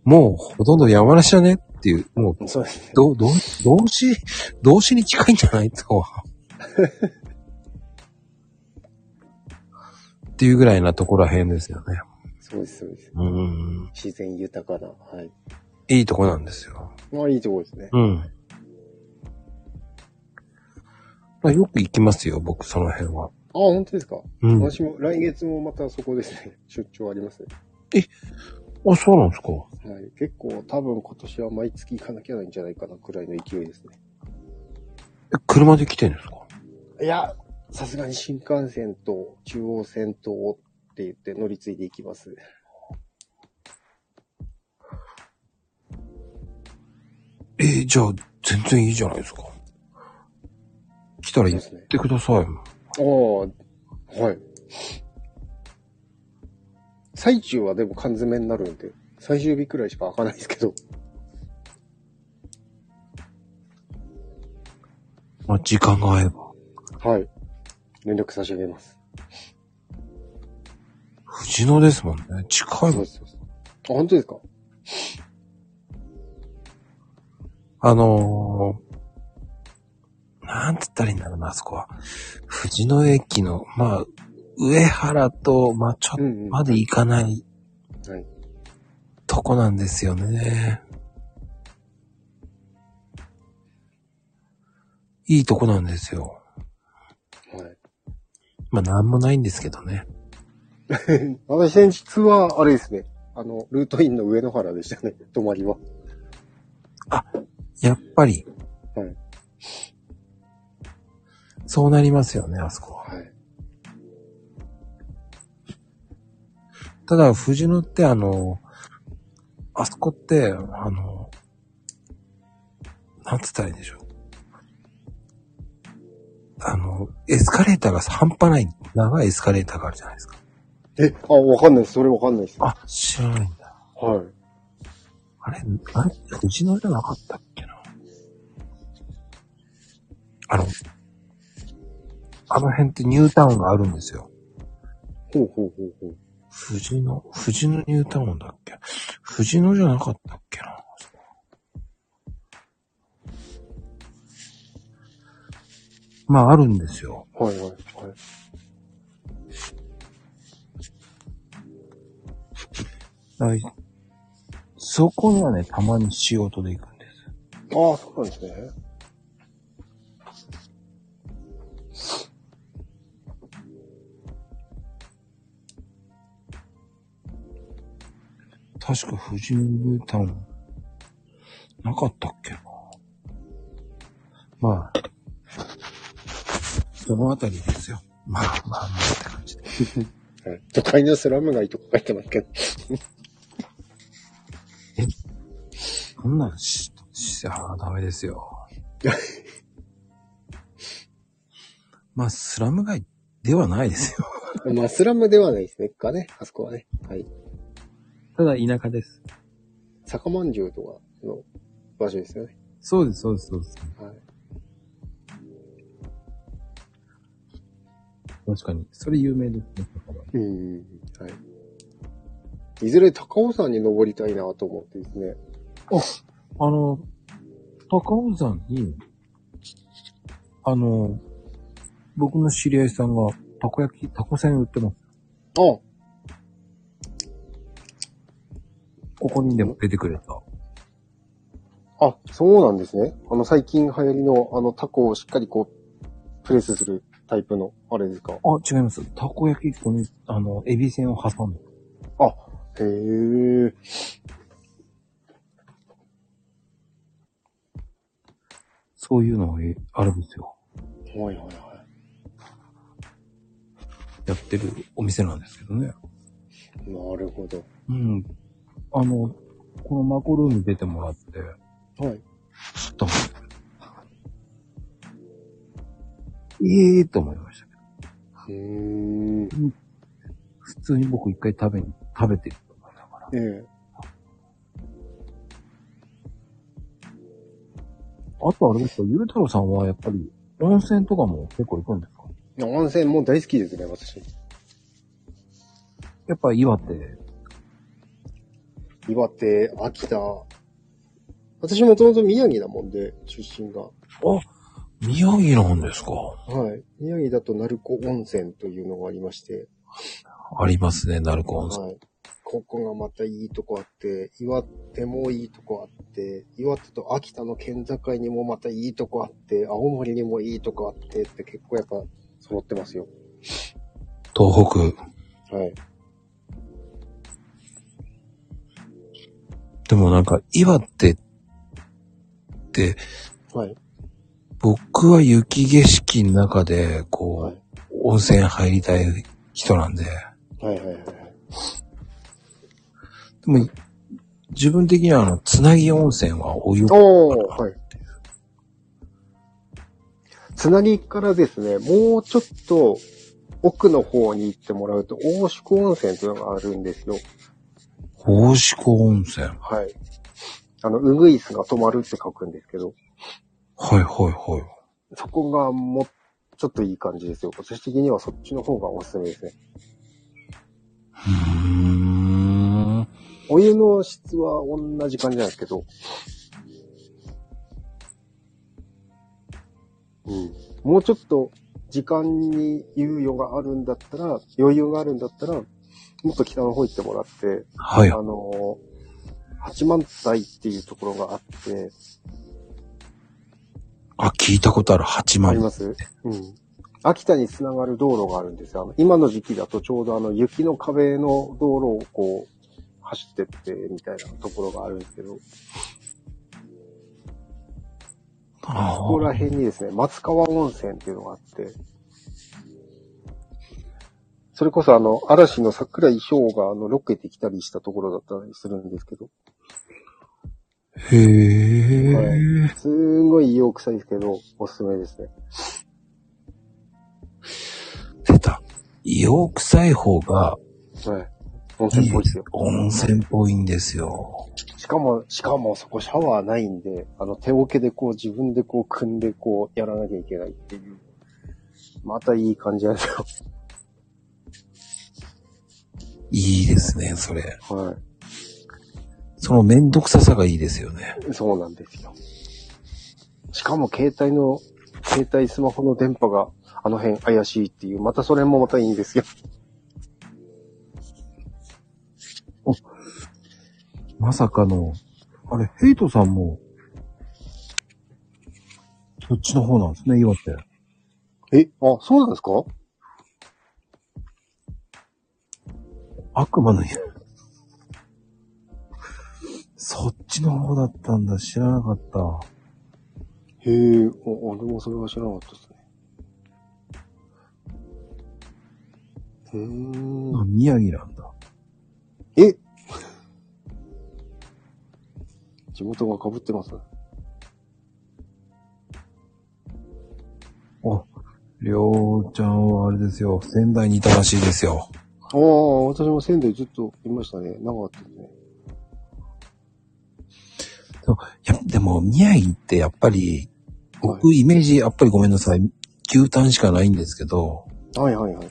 S1: もうほとんど山梨じゃねっていう、もう、
S2: そうですね。
S1: どう、どう、動詞、動詞に近いんじゃない *laughs* とは。っていうぐらいなところらへんですよね。
S2: そうです、そうです。
S1: うん。
S2: 自然豊かな。はい。
S1: いいとこなんですよ。
S2: まあ、いいとこですね。
S1: うん。まあ、よく行きますよ、僕、その辺は。
S2: あ、本当ですか。
S1: うん。
S2: 私も、来月もまたそこですね。出張ありますね。
S1: あ、そうなんですか。
S2: はい。結構、多分今年は毎月行かなきゃないんじゃないかな、くらいの勢いですね。
S1: え、車で来てんですか
S2: いや、さすがに新幹線と中央線とって言って乗り継いでいきます。
S1: えーじゃあ、全然いいじゃないですか。来たら
S2: そ
S1: 行
S2: うで
S1: っ
S2: すね。
S1: てください。
S2: ああ、はい。最中はでも缶詰になるんで、最終日くらいしか開かないですけど。
S1: まあ、時間が合えば。
S2: はい。連絡差し上げます。
S1: 藤野ですもんね。近い
S2: そ
S1: も
S2: うんで。す。そうですあ、本当ですか
S1: あのー、なんつったらいいんだろうな、あそこは。藤野駅の、まあ、上原と、まあ、ちょっ
S2: う
S1: と
S2: んうん。
S1: まで行かない
S2: はい。
S1: とこなんですよね。いいとこなんですよ。
S2: はい。
S1: まあ、なんもないんですけどね。
S2: 私先日は、あれですね。あの、ルートインの上野原でしたね。 *laughs* 泊まりは。
S1: やっぱり。
S2: はい
S1: そうなりますよね、あそこは。
S2: はい。
S1: ただ、藤野ってあの、あそこって、あの、なんつったらいいんでしょう。あの、エスカレーターが半端ない、長いエスカレーターがあるじゃないですか。
S2: え、あ、わかんないです。それわかんないです。は
S1: あ、知らないんだ。
S2: い。
S1: あれ、あれ、藤野じゃなかったっけな。あの、あの辺ってニュータウンがあるんですよ。
S2: ほうほうほうほう。
S1: 藤野、藤野ニュータウンだっけ藤野じゃなかったっけなまあ、あるんですよ。
S2: はいはいはい。
S1: はい。そこにはね、たまに仕事で行くんです。
S2: ああ、そうなんですね。
S1: 確か藤野ニュータウン、なかったっけなまあ、そのあたりですよ。まあまあまあって感じで。
S2: はい都会のスラム街とか書いてますけど。
S1: そんなんし、し、ああ、ダメですよ。 *laughs* まあ、スラム街ではないですよ。
S2: *laughs* まあ、スラムではないですね。かね。あそこはね。はい。
S1: *laughs* ただ田舎です。
S2: 坂まんじゅうとかの場所ですよね。
S1: そうです、そうです、そうです。
S2: はい。
S1: 確かに。それ有名ですね。
S2: うんうんうん。はい。いずれ高尾山に登りたいなと思ってですね。
S1: あの、高尾山に、あの、僕の知り合いさんが、たこ焼き、たこせん売ってます。
S2: あ
S1: ここにでも出てくれた。
S2: あ、そうなんですね。あの、最近流行りの、あの、タコをしっかりこう、プレスするタイプの、あれですか。
S1: あ、違います。たこ焼き粉に、あの、エビせんを挟んで。
S2: へえ。
S1: そういうのがえあるんですよ。
S2: はいはいはい。
S1: やってるお店なんですけどね。
S2: なるほど。
S1: うん。あの、このマコルーム出てもらって、
S2: はい。
S1: ちょっと待って。ええー、と思いましたけど。
S2: うーん。
S1: 普通に僕一回食べに、食べてると思いながら。
S2: ええ。
S1: あとあれですか、ゆうたろうさんはやっぱり温泉とかも結構行くんですか
S2: いや温泉もう大好きですね、私。
S1: やっぱ岩手。
S2: 岩手、秋田。私もともと宮城だもんで、出身が。
S1: あ、宮城なんですか。
S2: はい。宮城だと鳴子温泉というのがありまして。
S1: ありますね、鳴子温泉。
S2: はい。ここがまたいいとこあって、岩手もいいとこあって、岩手と秋田の県境にもまたいいとこあって、青森にもいいとこあってって結構やっぱ揃ってますよ。
S1: 東北。
S2: はい。
S1: でもなんか岩手って、
S2: はい。
S1: 僕は雪景色の中で、こう、
S2: はい
S1: 温泉入りたい人なんで、で
S2: はいはいはいはい。
S1: も、自分的にはあの、つなぎ温泉はお湯が
S2: おー、はい。つなぎからですね、もうちょっと奥の方に行ってもらうと、大宿温泉というのがあるんですよ。
S1: 宝子湖温泉。はい
S2: はい。あの、うぐいすが止まるって書くんですけど、
S1: はいはい。
S2: そこがもうちょっといい感じですよ。私的にはそっちの方がおすすめですね。
S1: うーん。
S2: お湯の質は同じ感じなんですけど。うん。もうちょっと時間に猶予があるんだったら、余裕があるんだったら、もっと北の方行ってもらって、
S1: はい
S2: あ。のー、八幡台っていうところがあって、
S1: あ、聞いたことある八
S2: あ
S1: 幡。
S2: りますうん。秋田につながる道路があるんですよ。あの今の時期だとちょうどあの雪の壁の道路をこう走ってってみたいなところがあるんですけど、
S1: あ
S2: ここら
S1: ー
S2: 辺にですね、松川温泉っていうのがあって、それこそあの、嵐の桜井翔があの、ロケてきたりしたところだったりするんですけど、
S1: へえ、
S2: すんごい硫黄臭いですけど、おすすめですね。
S1: 出た。硫黄臭い方が
S2: はい。温泉っぽいですよ。
S1: 温泉っぽいんですよ。
S2: しかも、しかもそこシャワーないんで、あの手桶でこう自分でこう組んでこうやらなきゃいけないっていう。またいい感じなんですよ。
S1: いいですね、それ。
S2: は
S1: そのめんどくささがいいですよね。
S2: い。そうなんですよ。しかも携帯の、携帯スマホの電波があの辺怪しいっていう、またそれもまたいいんですよ。
S1: まさかの、あれ、ヘイトさんも、そっちの方なんですね、岩手。
S2: えあ、そうなんですか
S1: 悪魔の家。そっちの方だったんだ、知らなかった。
S2: へえ、お俺もそれは知らなかったですね。うー
S1: あ
S2: ん。
S1: 宮城なんだ。
S2: え *laughs* 地元が被ってます。
S1: りょうちゃんはあれですよ、仙台にいたらしいですよ。
S2: ああ、私も仙台ずっといましたね。長かったですね。
S1: いや、でも宮城ってやっぱり、僕イメージ、やっぱりごめんなさい、牛タンしかないんですけど、
S2: はいはいはい。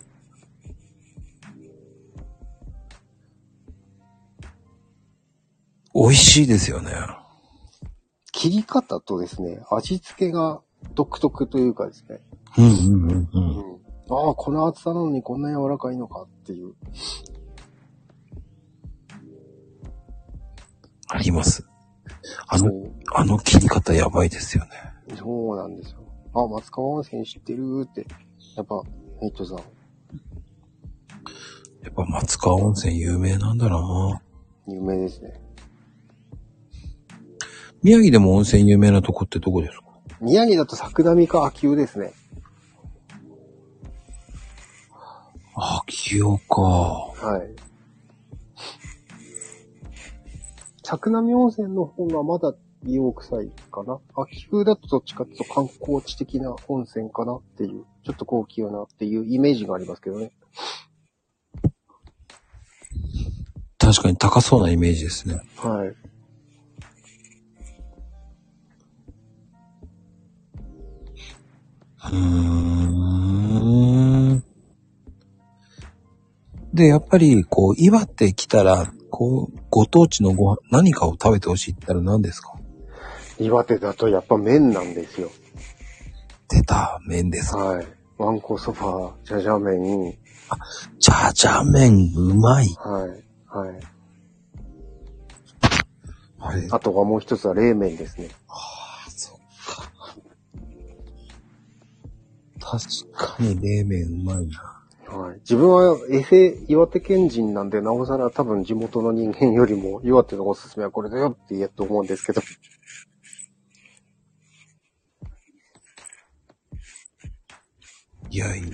S1: 美味しいですよね。
S2: 切り方とですね、味付けが独特というかですね。
S1: うんうんうんう。
S2: うんん。ああ、この厚さなのにこんな柔らかいのかっていう。
S1: あります。あ
S2: そ
S1: の、
S2: う
S1: あの切り方やばいですよね。
S2: そうなんですよ。あ、松川温泉知ってるーって。やっぱ、ミッドさん。
S1: やっぱ松川温泉有名なんだな
S2: 有名ですね。
S1: 宮城でも温泉有名なとこってどこですか
S2: 宮城だと桜見か秋保ですね。
S1: 秋代か。
S2: はい。桜見温泉の方がまだ利用臭いかな。秋風だとどっちかっていうと観光地的な温泉かなっていう、ちょっと高級なっていうイメージがありますけどね。
S1: 確かに高そうなイメージですね。
S2: はい。
S1: うーん。で、やっぱり、こう、岩手来たら、こう、ご当地のご飯、何かを食べてほしいって言ったら何ですか
S2: 岩手だとやっぱ麺なんですよ。
S1: 出た、麺です。
S2: はい。ワンコそば、じゃじゃ麺、
S1: じゃじゃ麺、うまい。
S2: はい。はい。
S1: あれ
S2: あとはもう一つは冷麺ですね。
S1: そっか。確かに冷麺うまいな。
S2: はい。自分はエセ岩手県人なんで、なおさら多分地元の人間よりも岩手のおすすめはこれだよって言えと思うんですけど。
S1: いやいや。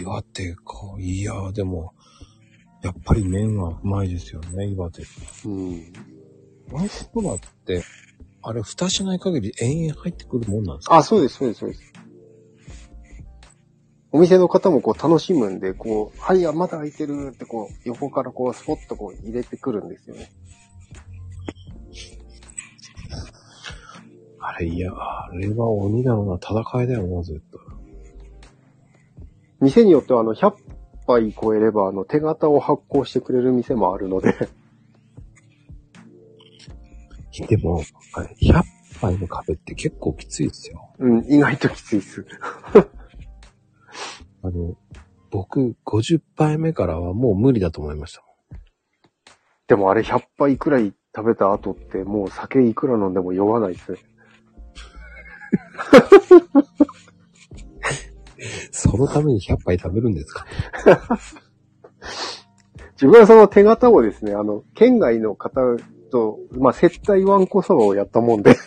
S1: 岩手か。いや、でも、やっぱり麺はうまいですよね、岩手。
S2: うん。
S1: ワンコそばって、あれ、蓋しない限り延々入ってくるもんなんですか
S2: あ、そうです、そうです、そうです。お店の方もこう楽しむんで、こう、はい、あ、まだ空いてるってこう、横からこう、スポッとこう入れてくるんですよね。
S1: あれ、いや、あれは鬼だろうな、戦いだよな、ずっと。
S2: 店によってはあの、100杯超えれば、あの、手形を発行してくれる店もあるので。 *laughs*
S1: でも、あれ、100杯の壁って結構きついですよ。
S2: うん、意外ときついっす。
S1: あの、僕、50杯目からはもう無理だと思いました。
S2: でもあれ100杯くらい食べた後って、もう酒いくら飲んでも酔わないっすね。
S1: そのために100杯食べるんですか
S2: 自分はその手形をですね、あの、県外の方と、まあ、接待ワンコそばをやったもんで、 *laughs*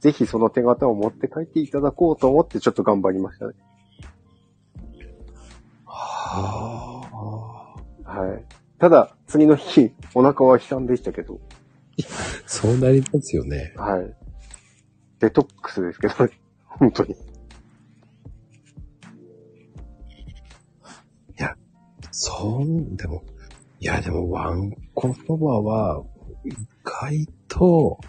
S2: ぜひその手形を持って帰っていただこうと思ってちょっと頑張りましたね。
S1: はあ。
S2: はい。ただ、次の日、お腹は悲惨でしたけど、
S1: そうなりますよね。
S2: はい。デトックスですけどね。本当に。
S1: そう、でも、いや、でも、ワンコそばは、意外と、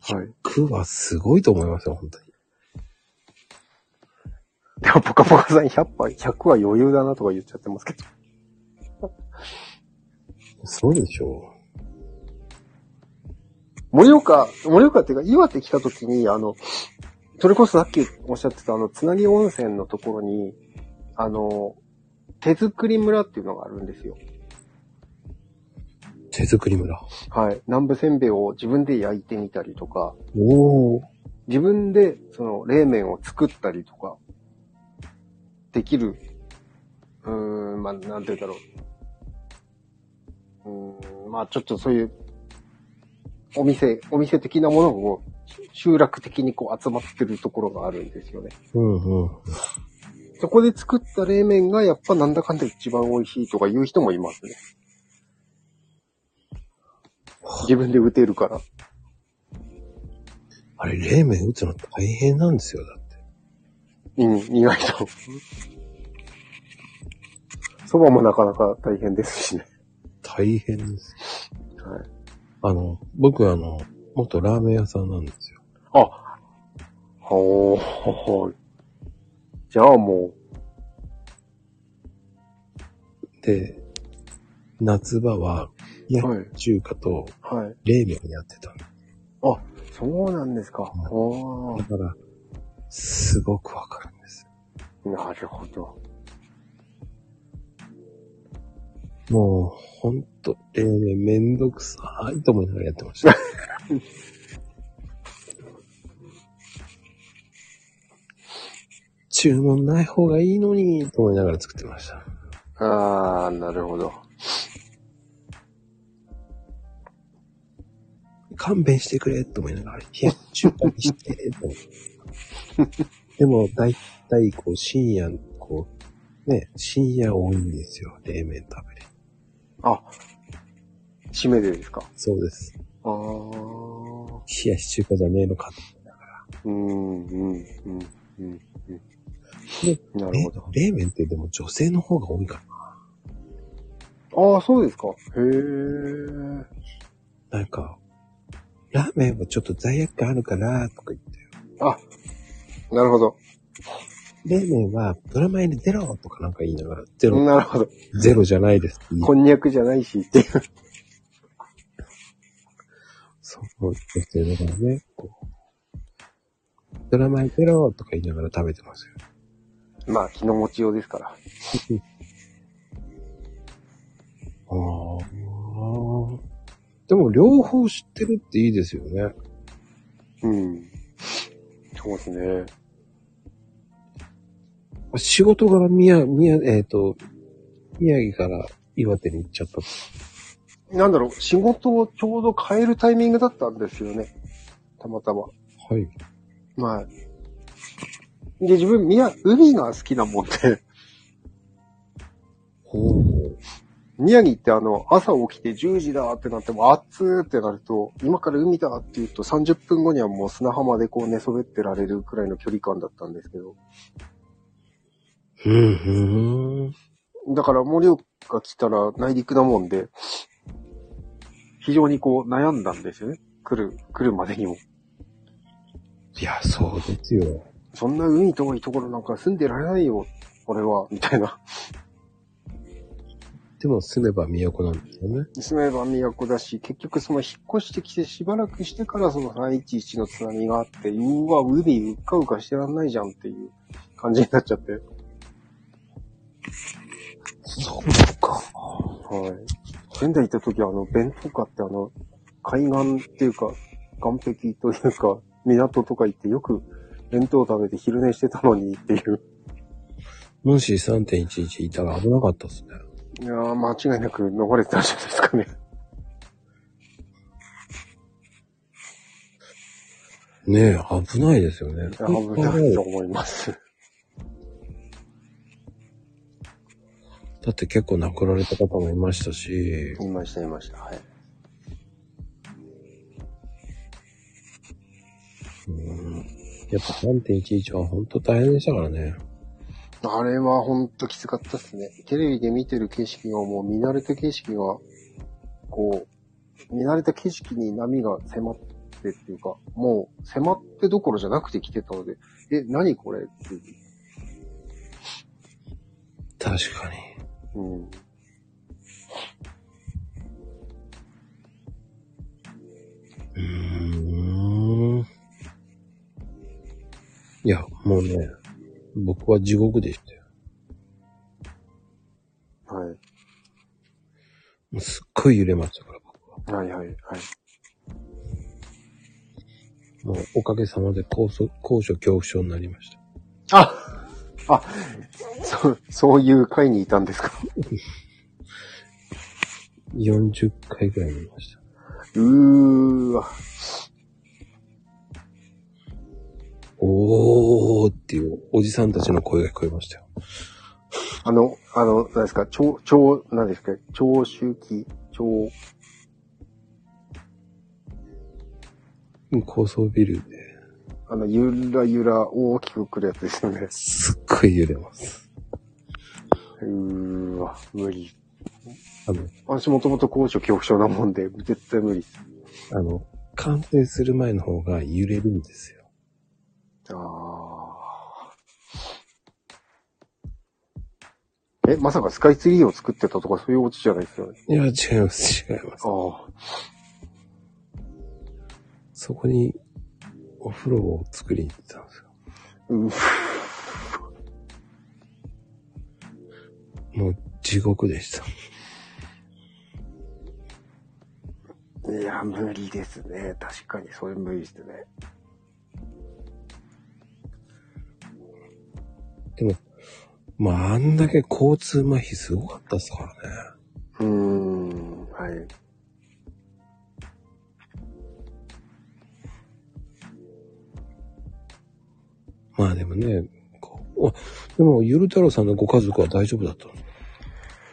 S2: はい。
S1: 100はすごいと思いますよ、本当に。
S2: でも、ポカポカさん100杯、100は余裕だなとか言っちゃってますけど。
S1: そうでしょ
S2: 盛岡、盛岡っていうか、岩手来た時に、あの、それこそさっきおっしゃってた、あの、つなぎ温泉のところに、あの、手作り村っていうのがあるんですよ。
S1: う。手作り村。
S2: はい。南部せんべいを自分で焼いてみたりとか、
S1: おお。
S2: 自分で、その、冷麺を作ったりとか、できる、うーん、まあ、なんて言うんだろう。うーん、まあ、ちょっとそういう、お店、お店的なものを、集落的にこう集まってるところがあるんですよね。
S1: うんうん。
S2: そこで作った冷麺がやっぱなんだかんだ一番美味しいとか言う人もいますね。自分で打てるから。
S1: あれ、冷麺打つの大変なんですよ、だって。
S2: うん、意外と。そばもなかなか大変ですしね。
S1: 大変です。
S2: はい。
S1: あの、僕、あの、元ラーメン屋さんなんですよ。
S2: あおー。じゃあも
S1: で、夏場は、いや、
S2: はい
S1: 中華と
S2: う、はい。
S1: 冷麺やってたの。
S2: そうなんですか。
S1: うん
S2: お
S1: だから、すごくわかるんです。
S2: ー。なるほど。
S1: もう、ほんと、冷麺めんどくさいと思いながらやってました。注文ない方がいいのに、と思いながら作ってました。
S2: あー、なるほど。
S1: 勘弁してくれと思いながら、いや、中華にして、と思って。でも、だいたい、こう、深夜、こう、ね、深夜多いんですよ、冷麺食べる。
S2: あ、締めでですか。
S1: そうです。
S2: あー。
S1: 冷やし中華じゃねえのかと。
S2: うん、うん、うん、うん。
S1: で
S2: うんなるほど。
S1: 冷麺ってでも女性の方が多いか
S2: ああ、そうですか。へえ。
S1: ら。なんか、ラーメンはちょっと罪悪感あるから、とか言って。
S2: なるほど。
S1: 冷麺はプラマイでゼロとかなんか言いながら、ゼロ、
S2: なるほど。
S1: ゼロじゃないです。
S2: こんにゃくじゃないしっていう。
S1: そうですよ。だからね、こう、プラマイゼロとか言いながら食べてますよ。
S2: まあ、気の持ちようですから。
S1: ああ。でも両方知ってるっていいですよね。
S2: うん。そうですね。
S1: 仕事から宮、宮、えっ、と、宮城から岩手に行っちゃった。
S2: なんだろう、仕事をちょうど変えるタイミングだったんですよね。たまたま。
S1: はい。
S2: まあ。で、自分、宮、海が好きなもんで、 *laughs*
S1: ほう。
S2: 宮城ってあの、朝起きて10時だってなっても、暑ーってなると、今から海だって言うと30分後にはもう砂浜でこう寝そべってられるくらいの距離感だったんですけど。
S1: うん、うん。
S2: だから盛岡来たら内陸なもんで、非常にこう悩んだんですよね。来る、来るまでにも。
S1: いや、そうですよ。
S2: そんな海遠いところなんか住んでられないよ、俺は、みたいな。
S1: でも住めば都なんですよね。
S2: 住めば都だし、結局その引っ越してきてしばらくしてからその311の津波があって、うわ、海うっかうかしてらんないじゃんっていう感じになっちゃって。
S1: そうか。
S2: はい。仙台行った時は、あの、弁当かって、あの、海岸っていうか、岸壁というか、港とか行ってよく弁当を食べて昼寝してたのにっていう。
S1: もし3.11いたら危なかったですね。
S2: いやー、間違いなく逃れてたんじゃないですかね。
S1: ねえ、危ないですよね。
S2: *laughs* いや危ないと思います。
S1: だって結構亡くなられた方もいましたし、
S2: いました、いました。はい。
S1: うん、やっぱ3.11は本当大変でしたからね。
S2: あれはほんときつかったっすね。テレビで見てる景色がもう見慣れた景色が、こう、見慣れた景色に波が迫ってっていうか、もう迫ってどころじゃなくて来てたので、え、何これっていう。
S1: 確かに。
S2: うん。
S1: うーん。いや、もうね、僕は地獄でしたよ。
S2: はい。
S1: もうすっごい揺れましたから、僕は。
S2: はいはいはい。
S1: もうおかげさまで高所、高所恐怖症になりました。
S2: ああ、そう、 *laughs* そういう会にいたんですか。 *laughs*
S1: 40回ぐらい見ました。
S2: うーわ。
S1: おーっていうおじさんたちの声が聞こえましたよ。
S2: あの、あの、何ですか、超、超、何ですか、長周期、超、
S1: うん高層ビルで、
S2: あの、ゆらゆら大きく来るやつですよね。
S1: すっごい揺れます。
S2: うーわ、無理。
S1: あの、
S2: 私もともと高所恐怖症なもんで、絶対無理です。
S1: あの、完成する前の方が揺れるんですよ。
S2: ああ。え、まさかスカイツリーを作ってたとかそういうオチじゃないですよね。
S1: いや、違います、違います。
S2: ああ。
S1: そこに、お風呂を作りに行ってたんですよ。
S2: うん。
S1: もう、地獄でした。
S2: いや、無理ですね。確かに、それ無理ですね。
S1: でも、まあ、あんだけ交通麻痺すごかったですからね。
S2: うーん、はい。
S1: まあでもね、こう、あ、でも、ゆる太郎さんのご家族は大丈夫だったの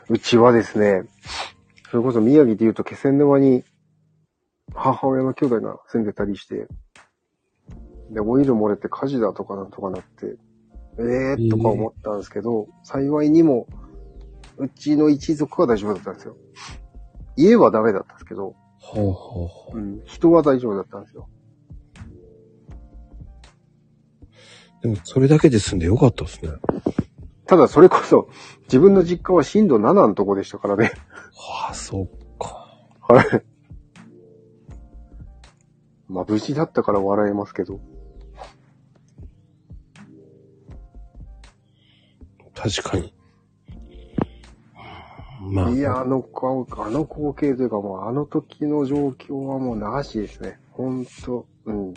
S2: うちはですね、それこそ宮城で言うと気仙沼に母親の兄弟が住んでたりして、で、オイル漏れて火事だとかなんとかなって、ええー、とか思ったんですけど、幸いにも、うちの一族は大丈夫だったんですよ。家はダメだったんですけど、
S1: ほうほうほ
S2: う
S1: う。
S2: ん、人は大丈夫だったんですよ。
S1: でも、それだけで済んでよかったですね。
S2: ただそれこそ、自分の実家は震度7のとこでしたからね。
S1: はあ、そっか。
S2: はい。まあ、無事だったから笑えますけど。
S1: 確かに。まあ、
S2: いや、あの顔、あの光景というかもう、あの時の状況はもう流しですね。ほんと、うん。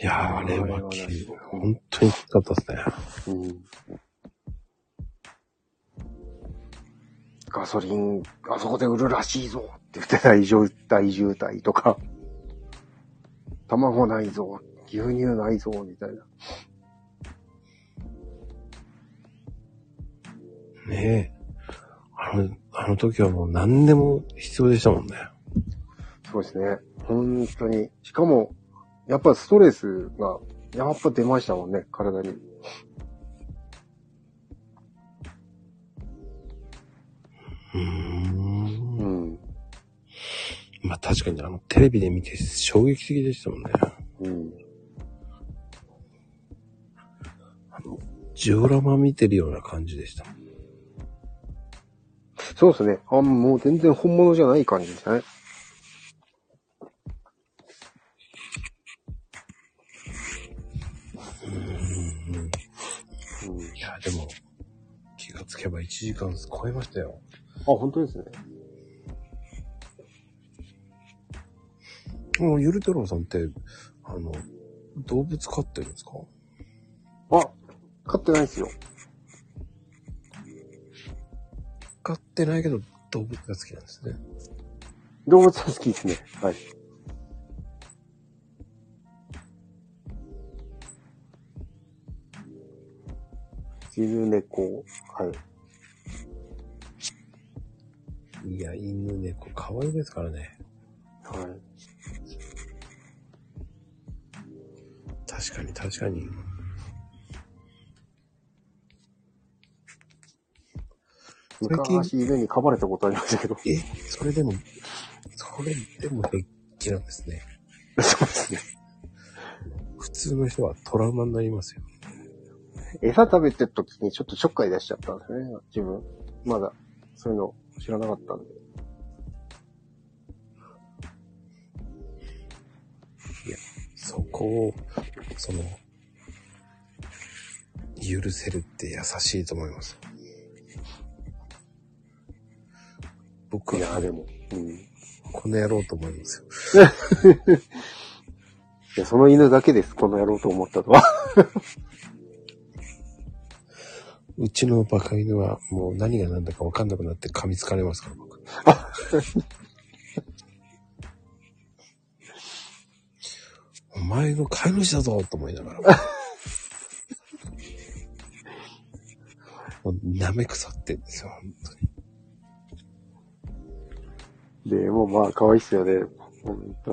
S1: いや、あれは
S2: あれは
S1: き
S2: ね、
S1: 本当にきつかったですね。
S2: うん。ガソリン、あそこで売るらしいぞって言って大渋大渋滞とか、卵ないぞ、牛乳ないぞ、みたいな。
S1: ねえ。あの、あの時はもう何でも必要でしたもんね。
S2: そうですね。本当に。しかも、やっぱストレスが、やっぱ出ましたもんね、体に。
S1: うーん。
S2: ん。
S1: まあ確かにあのテレビで見て衝撃的でしたもんね。
S2: うん。
S1: あの、ジオラマ見てるような感じでした。
S2: そうですね。あ、もう全然本物じゃない感じでしたね。うん。あ
S1: い、や、でも、気がつけば1時間超えましたよ。
S2: 本当ですね。
S1: もうゆる太郎さんって、あの、動物飼ってるんですか
S2: あ、買ってないですよ。
S1: 飼ってないけど動物が好きなんですね。
S2: 動物は好きですね。はい。犬猫、はい。
S1: いや、犬猫可愛いですからね。
S2: はい。
S1: 確かに確かに。最近
S2: 昔犬に噛まれたことありました *laughs* けど。
S1: え、それでも、それでも平気なんですね。
S2: そうですね。
S1: 普通の人はトラウマになりますよ。
S2: 餌食べてる時にちょっとちょっかい出しちゃったんですね、自分。まだ、そういうの知らなかったんで。
S1: そこを、その、許せるって優しいと思います。僕
S2: いや
S1: は
S2: でも。うん。い
S1: この野郎と思いますよ。
S2: や、その犬だけです、この野郎と思ったのは。 *laughs*
S1: うちのバカ犬はもう何が何だか分かんなくなって噛みつかれますから、僕。お前の飼い主だぞと思いながら。もう舐め腐ってんですよ、本当に。
S2: で、もうまあ、可愛いっすよね。ほんと。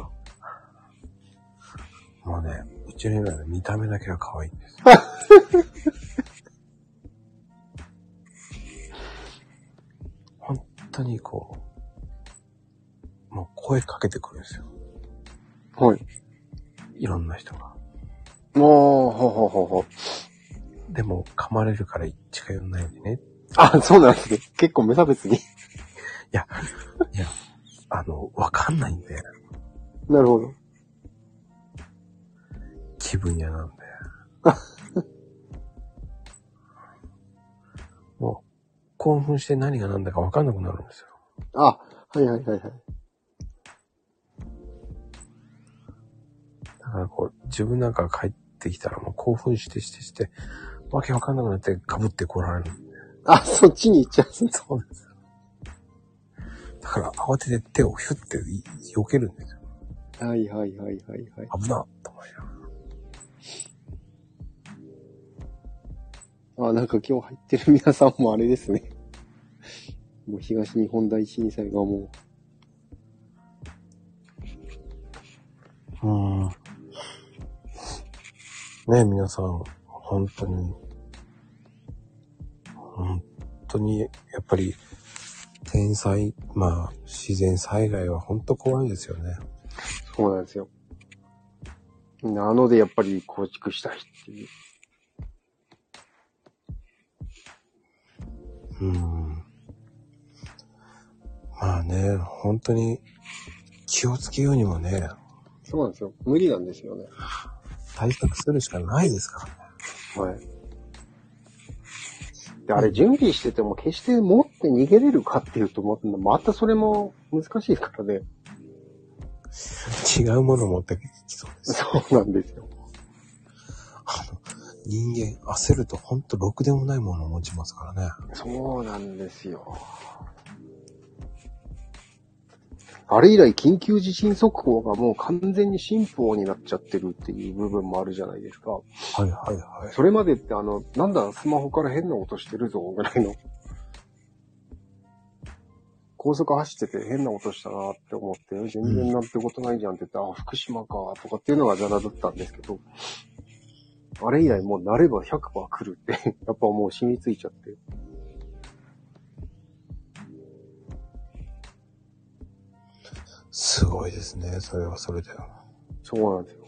S1: もうね、うちの犬はね見た目だけは可愛いんですよ。本当にこう、もう声かけてくるんですよ。
S2: はい。
S1: いろんな人が。
S2: もう、ほうほうほうほう。
S1: でも噛まれるから近寄んないでね。
S2: あ、そうなんですね。結構無差別に。 *laughs*
S1: いや、あの、わかんないんで、
S2: なるほど。
S1: 気分屋なんで。もう、興奮して何が何だかわかんなくなるんですよ。
S2: あ、はいはいはいはい。
S1: だからこう、自分なんか帰ってきたらもう興奮してしてして、わけわかんなくなってかぶってこられる。 *laughs*
S2: あ、そっちに行っちゃうんですね。
S1: そうなんですよ。だから慌てて手をヒュッて避けるんですよ。
S2: はいはいはいはいはい。
S1: 危なっと思いながら
S2: あ、なんか今日入ってる皆さんもあれですね。もう東日本大震災がも
S1: うん。ねえ、皆さん、本当に、本当に、やっぱり、天災、まあ、自然災害は本当怖いですよね。
S2: う、そうなんですよ。なのでやっぱり構築したいっていう。
S1: うん。まあね、本当に、気をつけようにもね、
S2: そうなんですよ。無理なんですよね。
S1: 対策するしかないですからね。
S2: はい。で、あれ準備してても決して持って逃げれるかっていうと、ままたそれも難しいからね。
S1: 違うもの持ってきそうです。
S2: そうなんですよ。
S1: あの、人間、焦ると本当ろくでもないものを持ちますからね。
S2: そうなんですよ。あれ以来、緊急地震速報がもう完全に進歩になっちゃってるっていう部分もあるじゃないですか。
S1: はいはいはい。
S2: それまでってあの、なんだ、スマホから変な音してるぞ、ぐらいの。高速走ってて変な音したなって思って、全然なんてことないじゃんって言って、あ、福島か、とかっていうのがザラだったんですけど、あれ以来もう慣れば100%来るって、 *laughs* やっぱもう染みついちゃって。
S1: すごいですね。それはそれで。
S2: そうなんですよ。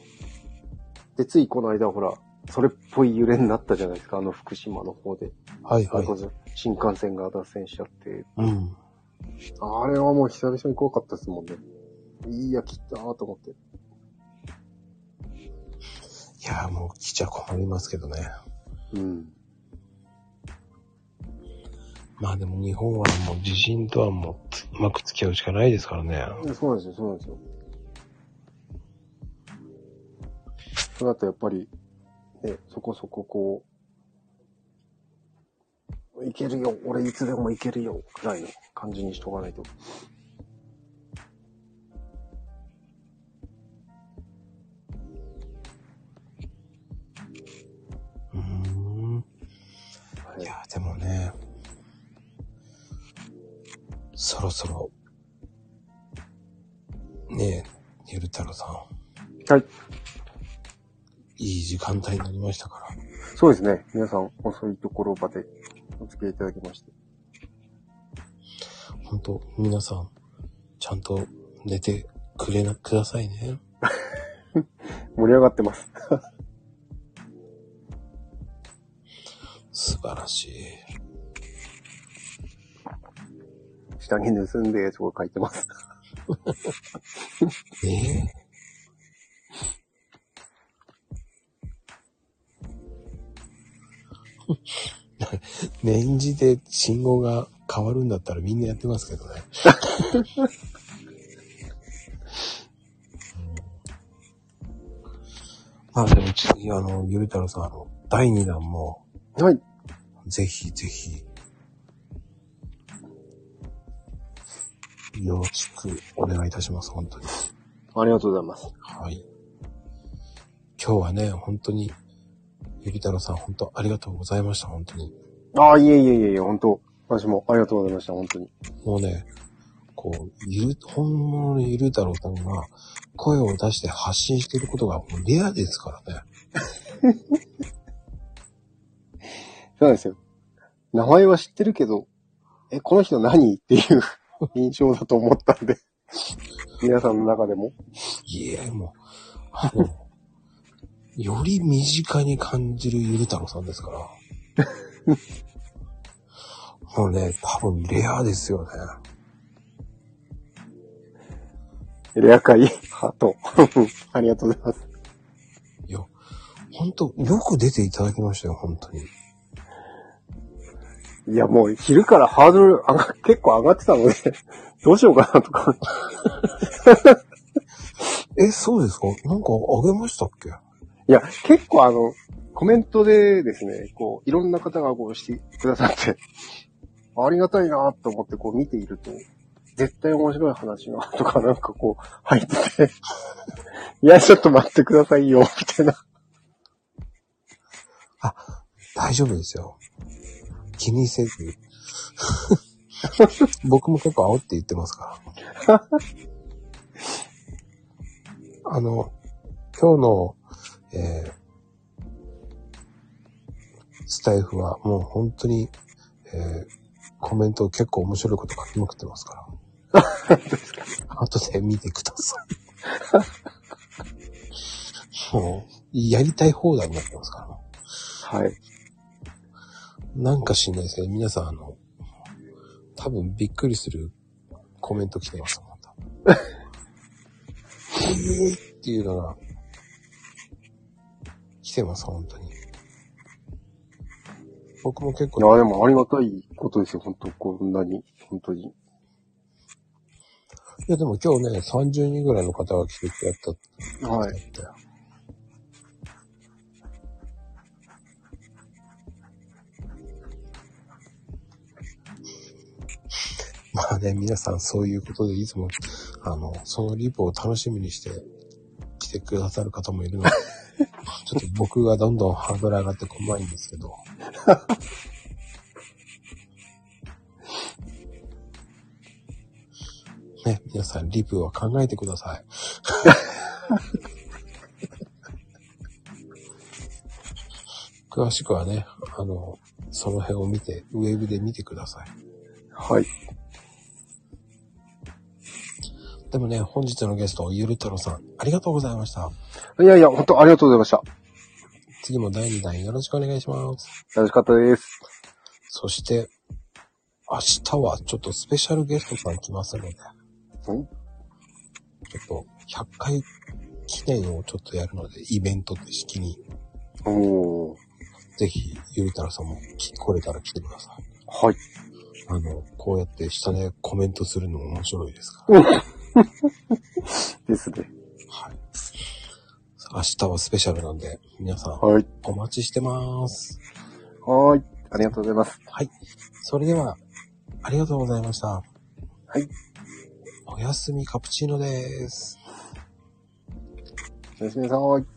S2: で、ついこの間、ほら、それっぽい揺れになったじゃないですか、あの福島の方で。
S1: はいはい。
S2: 新幹線が脱線しちゃって。
S1: うん。
S2: あれはもう久々に怖かったですもんね。いや、切ったーと思って。
S1: いや、もう来ちゃ困りますけどね。
S2: うん。
S1: まあでも日本はもう地震とはもうつうまく付き合うしかないですからね。
S2: そうなんですよ、そうなんですよ。それだとやっぱり、ね、そこそここう、いけるよ、俺いつでもいけるよ、くらいの感じにしとかないと。
S1: うーん。いや、でもね、そろそろ、ねえ、ゆる太郎さん、
S2: はい。
S1: いい時間帯になりましたから。
S2: そうですね。皆さん、遅いところまでお付き合いいただきまして。
S1: 本当皆さん、ちゃんと寝てくれな、くださいね。
S2: 盛り上がってます。
S1: 素晴らしい。
S2: 下に盗んで、そこ書いてます。
S1: ええ *laughs* 年次で信号が変わるんだったらみんなやってますけどね。 *laughs* まあでも次、あの、ゆりたろうさん、あの、第2弾も、
S2: はい。
S1: ぜひぜひ、よろしくお願いいたします、本当に。
S2: ありがとうございます。
S1: はい。今日はね、本当に、ゆりたろうさん、本当ありがとうございました、本当に。
S2: ああ、いえいえいえいえ、本当私もありがとうございました、本当に。
S1: もうね、こう、ゆる、本物のゆる太郎さんが声を出して発信してることがもうレアですからね。
S2: そうなんですよ。名前は知ってるけど、え、この人何っていう *laughs* 印象だと思ったんで。皆さんの中でも。
S1: いえ、もう、あの、より身近に感じるゆる太郎さんですから。もうね、多分レアですよね。
S2: レア会、ハート。 *laughs* ありがとうございます。
S1: いや、ほんと、よく出ていただきましたよ、本当に。
S2: いや、もう昼からハードル上が、結構上がってたので、どうしようかなとか。
S1: え、そうですかなんかあげましたっけ
S2: いや、結構あの、コメントでですね、こう、いろんな方がこうしてくださって、ありがたいなと思ってこう見ていると、絶対面白い話がとかなんかこう入ってて、いや、ちょっと待ってくださいよ、みたいな。
S1: 大丈夫ですよ。気にせず。 *laughs* 僕も結構煽って言ってますから。あの、今日の、えースタイフはもう本当に、えーコメント結構面白いこと書きまくってますから。後で見てください。もう、やりたい放題になってますから。
S2: はい。
S1: なんか知んないですけど、皆さん、あの、多分びっくりするコメント来てます、また。えーっていうのが、来てます、本当に。僕も結
S2: いや、
S1: 構、
S2: でもありがたいことですよ、本当こんなに、本当に。
S1: いやでも今日ね、30人ぐらいの方が来てくれたって
S2: はい。
S1: 言ったよ。まあね、皆さんそういうことでいつも、あの、そのリポを楽しみにして来てくださる方もい
S2: *laughs*
S1: るので、ちょっと僕がどんどんハードル上がって怖いんですけ
S2: *laughs*
S1: ど。ね、皆さんリプは考えてください。詳しくはね、あの、その辺を見て、ウェブで見てください。
S2: はい。
S1: でもね、本日のゲスト、ゆる太郎さん、ありがとうございました。
S2: いやいや、本当ありがとうございました。
S1: 次も第2弾よろしくお願いします。
S2: 楽しかったです。
S1: そして、明日はちょっとスペシャルゲストさん来ますので、ち
S2: うん
S1: ょっと100回記念をちょっとやるので、イベントって式に、
S2: おー。
S1: ぜひ、ゆる太郎さんも来来れたら来てください。
S2: はい。
S1: あの、こうやって下でコメントするのも面白いですから。
S2: ですね。
S1: はい。明日はスペシャルなんで、皆さん
S2: はい。
S1: お待ちしてます。
S2: はーい。ありがとうございます。。
S1: はい。それでは、ありがとうございました。はいおやすみカプチーノです。
S2: おやすみなさーい。